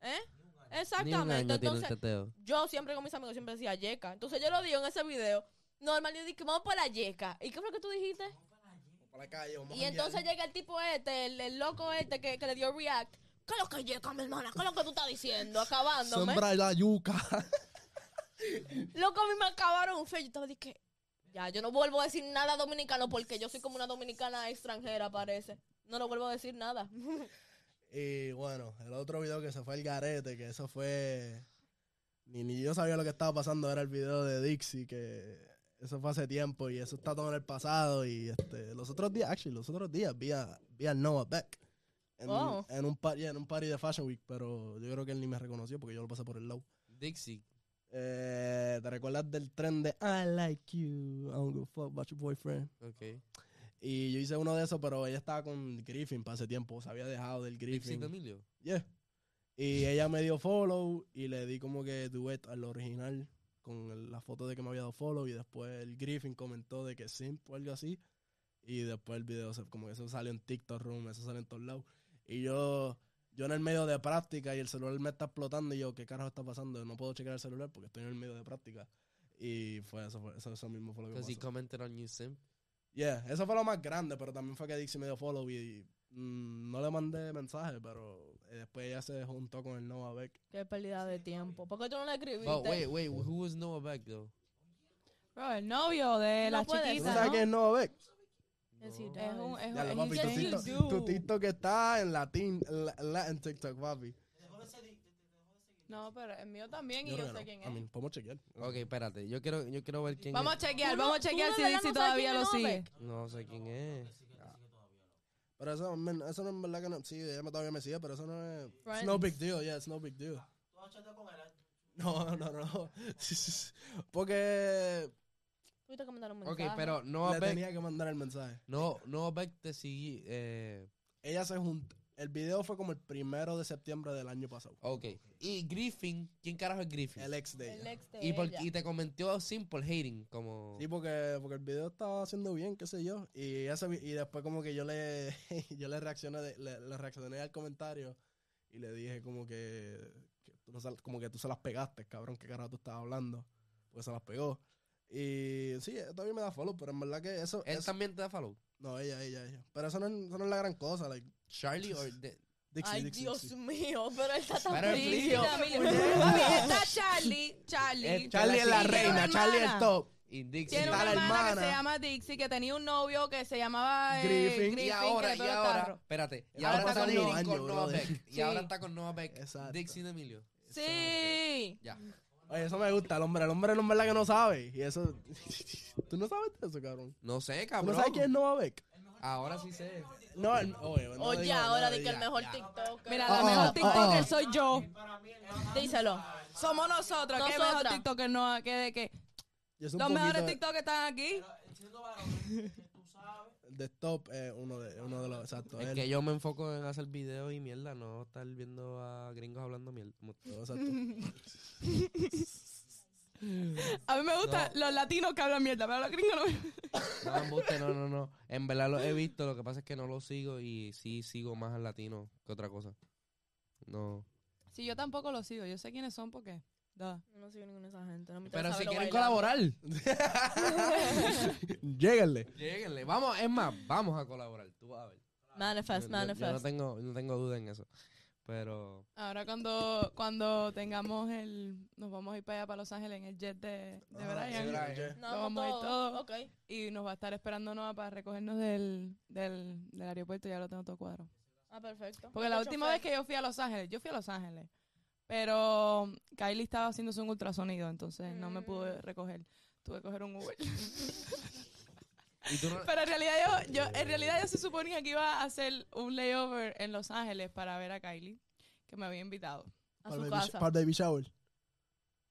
[SPEAKER 4] ¿Eh?
[SPEAKER 1] Ni un año
[SPEAKER 4] Exactamente.
[SPEAKER 1] tiene el
[SPEAKER 4] Entonces,
[SPEAKER 1] teteo.
[SPEAKER 4] yo siempre con mis amigos siempre decía Yeca. Entonces yo lo digo en ese video. Normal, yo dije, vamos para la Yeca. ¿Y qué fue lo que tú dijiste?
[SPEAKER 3] Para la calle, vamos
[SPEAKER 4] Y
[SPEAKER 3] a
[SPEAKER 4] entonces
[SPEAKER 3] janguear.
[SPEAKER 4] llega el tipo este, el, el loco este que, que le dio react. ¿Qué es lo que llega, mi hermana? ¿Qué es lo que tú estás diciendo? Acabándome.
[SPEAKER 3] Sembra la yuca.
[SPEAKER 4] Loco, a mí me acabaron feo. Yo estaba dije, ya, yo no vuelvo a decir nada dominicano porque yo soy como una dominicana extranjera, parece. No lo vuelvo a decir nada.
[SPEAKER 3] y bueno, el otro video que se fue el garete, que eso fue. Ni, ni yo sabía lo que estaba pasando, era el video de Dixie, que eso fue hace tiempo y eso está todo en el pasado. Y este, los otros días, actually, los otros días vi a, vi a Noah Beck. En,
[SPEAKER 4] Oh.
[SPEAKER 3] en un party, en un party de Fashion Week, pero yo creo que él ni me reconoció porque yo lo pasé por el low.
[SPEAKER 1] Dixie.
[SPEAKER 3] Eh, ¿Te recuerdas del tren de I like you, I don't give a fuck about your boyfriend?
[SPEAKER 1] Ok.
[SPEAKER 3] Y yo hice uno de esos, pero ella estaba con Griffin para ese tiempo, se había dejado del
[SPEAKER 1] Dixie
[SPEAKER 3] Griffin.
[SPEAKER 1] de Emilio.
[SPEAKER 3] Yeah. Y ella me dio follow y le di como que duet al original con el- la foto de que me había dado follow y después el Griffin comentó de que simp o algo así. Y después el video, se- como que eso salió en TikTok Room, eso salió en todos lados. Y yo, yo en el medio de práctica y el celular me está explotando y yo, ¿qué carajo está pasando? No puedo checar el celular porque estoy en el medio de práctica. Y fue eso, fue- eso, eso mismo fue lo que
[SPEAKER 1] Because he
[SPEAKER 3] pasó.
[SPEAKER 1] commented on you, simp.
[SPEAKER 3] Yeah, eso fue lo más grande, pero también fue que Dixie me dio follow y mm, no le mandé mensaje, pero eh, después ella se juntó con el Nova Beck.
[SPEAKER 4] Qué pérdida de tiempo. ¿Por qué tú no le escribiste?
[SPEAKER 1] Oh, wait, wait. Who was Noah Beck, though?
[SPEAKER 2] bro, el novio de
[SPEAKER 4] No
[SPEAKER 2] la
[SPEAKER 4] puede
[SPEAKER 3] ¿Tú
[SPEAKER 2] chiquita,
[SPEAKER 4] Quizá, ser.
[SPEAKER 3] sabes
[SPEAKER 2] ¿no?
[SPEAKER 3] quién es Nova Beck?
[SPEAKER 1] No.
[SPEAKER 4] Yes, you
[SPEAKER 2] Es un,
[SPEAKER 4] does.
[SPEAKER 2] es,
[SPEAKER 3] Ya
[SPEAKER 2] un-
[SPEAKER 3] lo,
[SPEAKER 2] es-
[SPEAKER 3] papi, tu
[SPEAKER 4] yes,
[SPEAKER 2] yes, you
[SPEAKER 4] you
[SPEAKER 3] TikTok, tu
[SPEAKER 2] do.
[SPEAKER 3] TikTok que está en latín, la- la- en TikTok, papi.
[SPEAKER 2] No, pero el mío también y
[SPEAKER 3] creo
[SPEAKER 2] yo sé
[SPEAKER 3] que no.
[SPEAKER 2] quién
[SPEAKER 3] I mean,
[SPEAKER 2] es.
[SPEAKER 3] podemos chequear.
[SPEAKER 1] Ok, espérate. Yo quiero, yo quiero ver quién
[SPEAKER 2] Vamos a
[SPEAKER 1] es.
[SPEAKER 4] Tú
[SPEAKER 2] chequear,
[SPEAKER 4] no-
[SPEAKER 2] vamos a
[SPEAKER 4] tú de
[SPEAKER 2] chequear si
[SPEAKER 4] verdad
[SPEAKER 2] Dixie
[SPEAKER 4] no sabes
[SPEAKER 2] todavía
[SPEAKER 4] quién
[SPEAKER 2] lo
[SPEAKER 4] es
[SPEAKER 2] sigue.
[SPEAKER 4] Novak.
[SPEAKER 1] No sé quién es.
[SPEAKER 3] Pero eso, man, eso no es verdad que no. Sí, ella me- todavía me sigue, pero eso no es. It's
[SPEAKER 4] Friends.
[SPEAKER 3] no big deal, yeah, it's no big deal. No, no, no. Porque
[SPEAKER 4] Tuviste que mandar un
[SPEAKER 1] Ok,
[SPEAKER 4] mensaje.
[SPEAKER 1] pero Noah
[SPEAKER 3] le
[SPEAKER 1] Beck...
[SPEAKER 3] tenía que mandar el mensaje.
[SPEAKER 1] No, Noah Beck te sigue... Eh,
[SPEAKER 3] Ella se juntó. El video fue como el primero de septiembre del año pasado.
[SPEAKER 1] ok. Y Griffin... ¿Quién carajo es Griffin?
[SPEAKER 3] El ex de
[SPEAKER 4] El
[SPEAKER 3] ella.
[SPEAKER 4] ex de
[SPEAKER 1] y, por-
[SPEAKER 4] ella.
[SPEAKER 1] y te comentó simple hating, como...
[SPEAKER 3] Sí, porque, porque el video estaba haciendo bien, qué sé yo. Y, ese vi- y después como que yo le, yo le reaccioné, de- le, le reaccioné al comentario y le dije como que, que tú no sal- como que tú se las pegaste, cabrón, qué carajo tú estabas hablando. Porque se las pegó. Y sí, todavía me da follow, pero en verdad que eso...
[SPEAKER 1] ¿Él
[SPEAKER 3] eso-
[SPEAKER 1] también te da follow?
[SPEAKER 3] no, ella, ella, ella. Pero eso no, es- eso no es la gran cosa, like,
[SPEAKER 1] Charlie o... de-
[SPEAKER 3] Dixie,
[SPEAKER 4] Ay,
[SPEAKER 3] Dixie,
[SPEAKER 4] Dios
[SPEAKER 3] Dixie.
[SPEAKER 4] mío, pero él está tan
[SPEAKER 1] Pero
[SPEAKER 2] Sí,
[SPEAKER 1] Dixie,
[SPEAKER 2] sí,
[SPEAKER 1] oh,
[SPEAKER 2] Camilo. Papi, está Charlie, Charlie.
[SPEAKER 1] Eh, Charlie es la
[SPEAKER 2] Y tiene una
[SPEAKER 1] reina,
[SPEAKER 2] hermana.
[SPEAKER 3] top.
[SPEAKER 1] y Dixie.
[SPEAKER 2] Tiene una
[SPEAKER 3] Está la
[SPEAKER 2] hermana, que
[SPEAKER 3] hermana.
[SPEAKER 2] se llama Dixie, que tenía un novio que se llamaba eh,
[SPEAKER 3] Griffin. Y
[SPEAKER 2] Griffin.
[SPEAKER 1] y
[SPEAKER 2] que
[SPEAKER 1] ahora,
[SPEAKER 2] le
[SPEAKER 1] y
[SPEAKER 2] pegó el
[SPEAKER 1] ahora,
[SPEAKER 2] tarro.
[SPEAKER 1] espérate. Y
[SPEAKER 3] Ahora
[SPEAKER 1] ahora está
[SPEAKER 3] pasan
[SPEAKER 1] con,
[SPEAKER 3] los
[SPEAKER 1] Noah-
[SPEAKER 3] años,
[SPEAKER 1] con Noah
[SPEAKER 3] brother.
[SPEAKER 1] Beck. Y
[SPEAKER 2] Sí.
[SPEAKER 1] ahora está con Noah Beck.
[SPEAKER 3] Exacto.
[SPEAKER 1] Dixie de Emilio.
[SPEAKER 2] Sí.
[SPEAKER 1] Ya.
[SPEAKER 3] Oye, eso me gusta, el hombre, el hombre no es verdad que no sabe. Y eso. Tú no sabes de eso, cabrón.
[SPEAKER 1] No sé,
[SPEAKER 3] ¿Tú
[SPEAKER 1] cabrón.
[SPEAKER 3] no sabes quién es Nova Beck?
[SPEAKER 1] Ahora sí sé.
[SPEAKER 3] No, el, oye, no
[SPEAKER 4] Oye,
[SPEAKER 3] diga,
[SPEAKER 4] ahora
[SPEAKER 3] no
[SPEAKER 4] de que el
[SPEAKER 3] diga.
[SPEAKER 4] mejor TikTok.
[SPEAKER 2] Mira,
[SPEAKER 1] Oh,
[SPEAKER 2] la
[SPEAKER 3] Ah, ah,
[SPEAKER 2] mejor
[SPEAKER 4] oh,
[SPEAKER 3] ah,
[SPEAKER 2] TikToker
[SPEAKER 3] ah.
[SPEAKER 2] soy yo.
[SPEAKER 4] díselo.
[SPEAKER 2] Somos nosotros. ¿Qué mejor
[SPEAKER 4] Nosotras.
[SPEAKER 2] TikToker no? ¿Qué de qué?
[SPEAKER 3] Yo soy un
[SPEAKER 2] Los mejores
[SPEAKER 3] poquito
[SPEAKER 2] TikTokers están aquí.
[SPEAKER 3] De stop, eh, uno, de, uno de los. Exacto.
[SPEAKER 1] Es
[SPEAKER 3] él.
[SPEAKER 1] que yo me enfoco en hacer videos y mierda, no estar viendo a gringos hablando mierda.
[SPEAKER 3] Exacto.
[SPEAKER 2] A mí me gustan
[SPEAKER 1] No.
[SPEAKER 2] los latinos que hablan mierda, pero los gringos no. me-
[SPEAKER 1] No, embuste, no, no, no. En verdad lo he visto, lo que pasa es que no lo sigo y sí sigo más al latino que otra cosa. No.
[SPEAKER 2] Si yo tampoco lo sigo, yo sé quiénes son porque. duh.
[SPEAKER 4] Yo no sigo ninguna de esa gente. No me
[SPEAKER 1] Pero
[SPEAKER 4] interesa
[SPEAKER 1] si
[SPEAKER 4] verlo
[SPEAKER 1] quieren
[SPEAKER 4] bailando.
[SPEAKER 1] colaborar,
[SPEAKER 3] Lléguenle.
[SPEAKER 1] lléguenle. Vamos, es más, vamos a colaborar. Tú vas a ver.
[SPEAKER 4] Manifest,
[SPEAKER 1] Yo- yo- yo
[SPEAKER 4] manifest.
[SPEAKER 1] no tengo, no tengo duda en eso. Pero
[SPEAKER 2] Ahora cuando, cuando tengamos el... Nos vamos a ir para allá, para Los Ángeles, en el jet de, de
[SPEAKER 3] Ah,
[SPEAKER 2] Brian.
[SPEAKER 1] sí,
[SPEAKER 4] No,
[SPEAKER 2] Lo vamos a ir todo.
[SPEAKER 4] Ok.
[SPEAKER 2] Y nos va a estar esperando Noah para recogernos del, del, del aeropuerto. Ya lo tengo todo cuadrado.
[SPEAKER 4] Ah, perfecto.
[SPEAKER 2] Porque la última vez que yo fui a Los Ángeles, yo fui a Los Ángeles. Pero Kylie estaba haciéndose un ultrasonido, entonces no me pude
[SPEAKER 4] Mm.
[SPEAKER 2] recoger. Tuve que coger un Uber.
[SPEAKER 1] ¿y tú no-
[SPEAKER 2] Pero en realidad yo, yo, en realidad yo se suponía que iba a hacer un layover en Los Ángeles para ver a Kylie, que me había invitado.
[SPEAKER 4] A
[SPEAKER 3] Para
[SPEAKER 4] su
[SPEAKER 3] baby-
[SPEAKER 4] casa.
[SPEAKER 3] Para baby shower.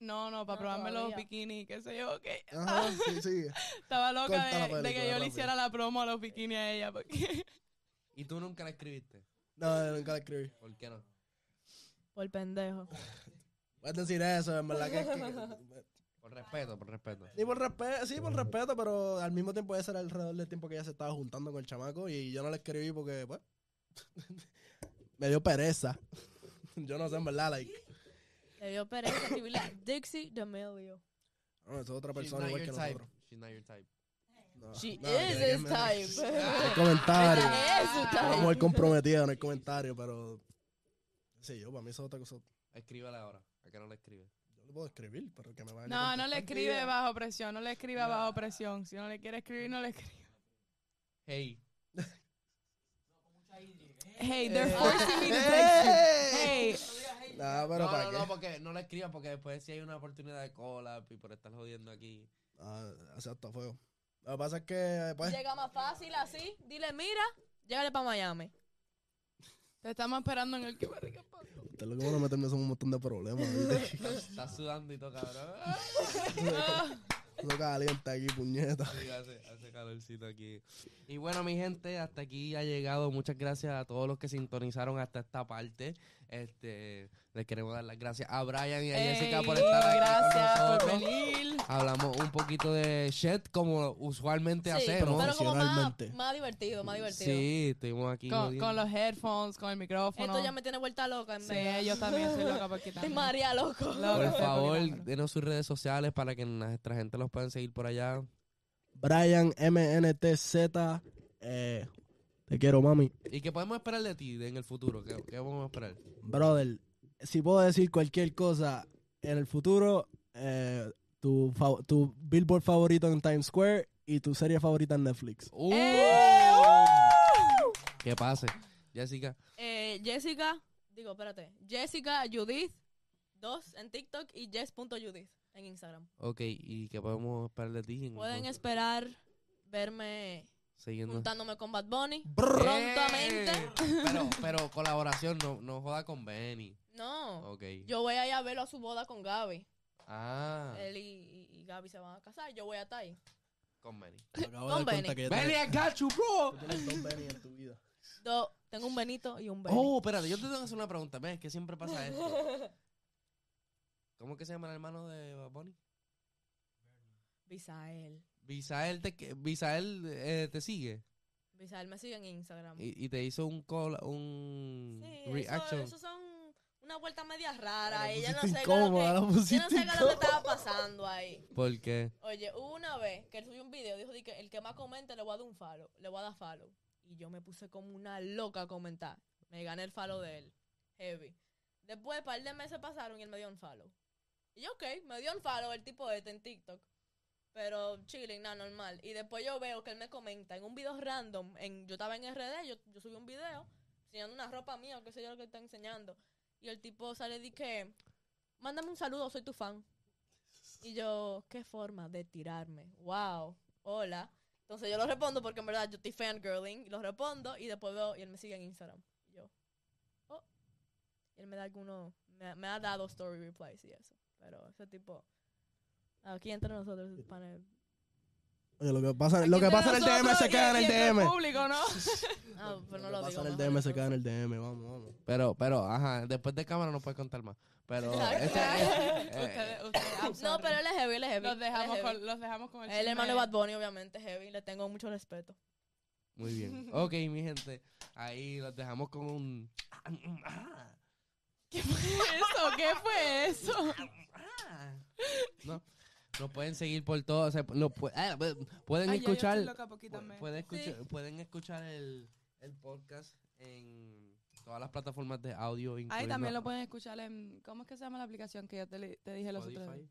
[SPEAKER 2] No, no, para
[SPEAKER 4] No,
[SPEAKER 2] probarme los
[SPEAKER 4] Ah, todavía.
[SPEAKER 2] bikinis, qué sé yo, que
[SPEAKER 3] Ajá, sí, sí.
[SPEAKER 2] estaba loca
[SPEAKER 3] Corta la
[SPEAKER 2] de, de
[SPEAKER 3] película
[SPEAKER 2] que yo
[SPEAKER 3] rápido.
[SPEAKER 2] le hiciera la promo a los bikinis a ella, porque
[SPEAKER 1] ¿Y tú nunca la escribiste?
[SPEAKER 3] No, yo nunca la escribí.
[SPEAKER 1] ¿Por qué no?
[SPEAKER 4] Por pendejo.
[SPEAKER 3] Voy a decir eso, en verdad que... que-
[SPEAKER 1] Por respeto, por respeto.
[SPEAKER 3] ni por respeto, sí, por respeto, pero al mismo tiempo ese era alrededor del tiempo que ella se estaba juntando con el chamaco y yo no la escribí porque, pues, me dio pereza. yo no sé, en verdad, like,
[SPEAKER 4] Le dio pereza escribirle a Dixie D'Amelio.
[SPEAKER 3] no, eso es otra
[SPEAKER 1] She's
[SPEAKER 3] persona
[SPEAKER 1] not
[SPEAKER 3] igual
[SPEAKER 1] your
[SPEAKER 3] que
[SPEAKER 1] type.
[SPEAKER 3] nosotros.
[SPEAKER 1] She's not your type.
[SPEAKER 3] No,
[SPEAKER 4] She
[SPEAKER 3] Ah, no,
[SPEAKER 4] is
[SPEAKER 3] que- que
[SPEAKER 4] his
[SPEAKER 3] me-
[SPEAKER 4] type.
[SPEAKER 3] No hay comentario.
[SPEAKER 4] Ella es su
[SPEAKER 3] Vamos a
[SPEAKER 4] type.
[SPEAKER 3] ver comprometido, no hay comentario, pero... Sí, yo, para mí eso es otra cosa.
[SPEAKER 1] Escríbala ahora. ¿A qué no la escribes?
[SPEAKER 3] Yo lo puedo escribir, pero que me vayan a
[SPEAKER 2] no, no le escribe
[SPEAKER 4] Escribe.
[SPEAKER 2] bajo presión, no le escriba bajo presión. Si no le quiere escribir, no le escribe.
[SPEAKER 1] Hey.
[SPEAKER 2] Hey, they're
[SPEAKER 3] Eh.
[SPEAKER 2] forcing me to text you.
[SPEAKER 3] ¡Ey!
[SPEAKER 2] Hey,
[SPEAKER 3] Nah, Ah, pero
[SPEAKER 1] No,
[SPEAKER 3] ¿para
[SPEAKER 1] no,
[SPEAKER 3] qué?
[SPEAKER 1] no, porque no la escribas porque después si hay una oportunidad de cola y por estar jodiendo aquí.
[SPEAKER 3] Ah, exacto, fuego. Lo que pasa es que, pues,
[SPEAKER 4] Llega más fácil así. Dile, mira, llégale para Miami.
[SPEAKER 2] te estamos esperando en el que barriga pa-
[SPEAKER 3] ustedes lo que van a meterme son un montón de problemas. ¿viste?
[SPEAKER 1] Estás sudando y todo, cabrón.
[SPEAKER 3] Eso calienta aquí, puñeta.
[SPEAKER 1] Sí, hace, hace calorcito aquí. Y bueno, mi gente, hasta aquí ha llegado. Muchas gracias a todos los que sintonizaron hasta esta parte. Este, les queremos dar las gracias a Brian y a
[SPEAKER 2] Ey,
[SPEAKER 1] Jessica por estar aquí
[SPEAKER 2] Gracias
[SPEAKER 1] con
[SPEAKER 2] por
[SPEAKER 1] nosotros.
[SPEAKER 2] venir.
[SPEAKER 1] Hablamos un poquito de shit como usualmente hacemos.
[SPEAKER 4] pero como más,
[SPEAKER 3] Profesionalmente.
[SPEAKER 4] más divertido, más divertido.
[SPEAKER 1] sí, estuvimos aquí
[SPEAKER 2] Con,
[SPEAKER 1] jodiendo.
[SPEAKER 2] con los headphones, con el micrófono.
[SPEAKER 4] Esto ya me tiene vuelta loca, en
[SPEAKER 2] Sí,
[SPEAKER 4] verdad.
[SPEAKER 2] yo también estoy loca por quitarme.
[SPEAKER 4] Estoy María loco.
[SPEAKER 2] Loca.
[SPEAKER 1] Por
[SPEAKER 2] estoy
[SPEAKER 1] favor,
[SPEAKER 2] quitándolo.
[SPEAKER 1] denos sus redes sociales para que nuestra gente los puedan seguir por allá.
[SPEAKER 3] Brian MNTZ, eh, te quiero, mami.
[SPEAKER 1] ¿Y qué podemos esperar de ti en el futuro? ¿Qué, qué vamos a esperar?
[SPEAKER 3] Brother, si puedo decir cualquier cosa en el futuro, eh, tu, fa- tu billboard favorito en Times Square y tu serie favorita en Netflix.
[SPEAKER 1] ¡Uh!
[SPEAKER 2] ¡Eh! ¡Uh!
[SPEAKER 1] Que pase. Jessica.
[SPEAKER 4] Eh, Jessica, digo, espérate. Jessica Judith 2 en TikTok y Jess.Judith en Instagram.
[SPEAKER 1] Ok, ¿y qué podemos esperar de ti?
[SPEAKER 4] Pueden
[SPEAKER 1] Entonces,
[SPEAKER 4] esperar verme
[SPEAKER 1] siguiendo.
[SPEAKER 4] juntándome con Bad Bunny.
[SPEAKER 1] ¡Eh!
[SPEAKER 4] prontamente.
[SPEAKER 1] Pero, pero colaboración, no, no joda con Benny.
[SPEAKER 4] No,
[SPEAKER 1] Ok.
[SPEAKER 4] yo Eh, voy a ir a verlo a su boda con Gaby.
[SPEAKER 1] Ah,
[SPEAKER 4] Él y, y- y Gaby se van a casar. Yo voy a estar ahí.
[SPEAKER 1] con Benny.
[SPEAKER 3] Me acabo
[SPEAKER 4] Don
[SPEAKER 3] dar cuenta
[SPEAKER 4] Benny.
[SPEAKER 3] que yo
[SPEAKER 1] Benny, I got you, bro.
[SPEAKER 3] tengo- tú tienes dos Benny en tu vida.
[SPEAKER 4] Do- tengo un Benito y un Benny.
[SPEAKER 1] Oh, espérate, yo te tengo que hacer una pregunta. Ves que siempre pasa esto. ¿Cómo que se llama el hermano de Bad Bunny?
[SPEAKER 4] Bisael.
[SPEAKER 1] Bisael te, que- Bisael, eh, te sigue
[SPEAKER 4] Bisael me sigue en Instagram.
[SPEAKER 1] y, y te hizo un call, un
[SPEAKER 4] Sí, eso-
[SPEAKER 1] reaction.
[SPEAKER 4] eso son una vuelta media rara.
[SPEAKER 3] La
[SPEAKER 4] ahí. Yo no
[SPEAKER 3] pusiste
[SPEAKER 4] sé qué es lo que-
[SPEAKER 3] incómoda, la
[SPEAKER 4] yo no
[SPEAKER 3] pusiste
[SPEAKER 4] sé qué es lo que
[SPEAKER 3] incómoda.
[SPEAKER 4] estaba pasando ahí.
[SPEAKER 1] ¿Por qué?
[SPEAKER 4] Oye, hubo una vez que él subió un video, dijo di que el que más comente le voy a dar un follow, le voy a dar follow. Y yo me puse como una loca a comentar. Me gané el follow de él. Heavy. Después, un par de meses pasaron y él me dio un follow. Y yo, ok, me dio un follow el tipo este en TikTok. Pero chilling, nada, normal. Y después yo veo que él me comenta en un video random. En, yo estaba en RD, yo, yo subí un video enseñando una ropa mía, o qué sé yo lo que está enseñando. Y el tipo sale y dice, mándame un saludo, soy tu fan. Y yo, qué forma de tirarme. Wow, hola. Entonces yo lo respondo porque en verdad yo estoy fangirling. Y lo respondo y después veo y él me sigue en Instagram. Y yo, oh. Y él me da alguno, me, ha- me ha dado story replies y eso. Pero ese tipo, aquí entre nosotros, el panel.
[SPEAKER 3] Oye, lo que pasa, lo que
[SPEAKER 2] Aquí
[SPEAKER 3] pasa en el
[SPEAKER 2] entre
[SPEAKER 3] DM se
[SPEAKER 2] nosotros y
[SPEAKER 3] queda en el
[SPEAKER 2] aquí entre
[SPEAKER 3] DM.
[SPEAKER 2] público, ¿no?
[SPEAKER 4] Ah, pero no
[SPEAKER 3] Lo que pasa
[SPEAKER 4] lo digo.
[SPEAKER 3] en el
[SPEAKER 4] mejor,
[SPEAKER 3] DM se
[SPEAKER 4] entonces.
[SPEAKER 3] queda en el DM, vamos, vamos.
[SPEAKER 1] Pero, pero, ajá, después de cámara no puedes contar más. Pero,
[SPEAKER 4] Exacto.
[SPEAKER 1] este, eh, eh,
[SPEAKER 2] Ustedes, ustedes, I'm
[SPEAKER 4] No,
[SPEAKER 2] sorry.
[SPEAKER 4] pero él es heavy, él es heavy.
[SPEAKER 2] los dejamos,
[SPEAKER 4] él es heavy.
[SPEAKER 2] con, los dejamos con el
[SPEAKER 4] El hermano de
[SPEAKER 2] chisme.
[SPEAKER 4] Bad Bunny, obviamente, es heavy. Le tengo mucho respeto.
[SPEAKER 1] muy bien. Ok, mi gente, ahí los dejamos con un...
[SPEAKER 2] ¿Qué fue eso? ¿Qué fue eso?
[SPEAKER 1] Nos pueden seguir por todo. o sea, lo pu- ah, pu- pueden
[SPEAKER 2] Ay, ya yo estoy
[SPEAKER 1] escuchar.
[SPEAKER 2] loca, poquito
[SPEAKER 1] pu-
[SPEAKER 2] me-
[SPEAKER 1] pueden escuchar, pueden escuchar el, el podcast en todas las plataformas de audio.
[SPEAKER 2] Ahí
[SPEAKER 1] incluyendo
[SPEAKER 2] también lo pueden escuchar en. ¿Cómo es que se llama la aplicación que yo te, li- te dije los otros
[SPEAKER 1] Spotify,
[SPEAKER 2] días?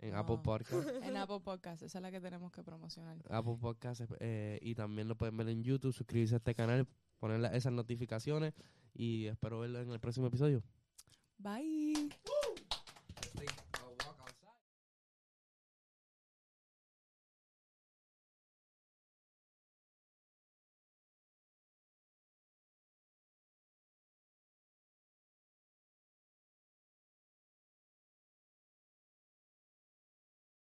[SPEAKER 1] en
[SPEAKER 2] No.
[SPEAKER 1] Apple Podcast.
[SPEAKER 2] En Apple Podcast. Esa es la que tenemos que promocionar.
[SPEAKER 1] Apple Podcast eh, y también lo pueden ver en YouTube, suscribirse a este canal, poner la- esas notificaciones y espero verlo en el próximo episodio.
[SPEAKER 2] Bye.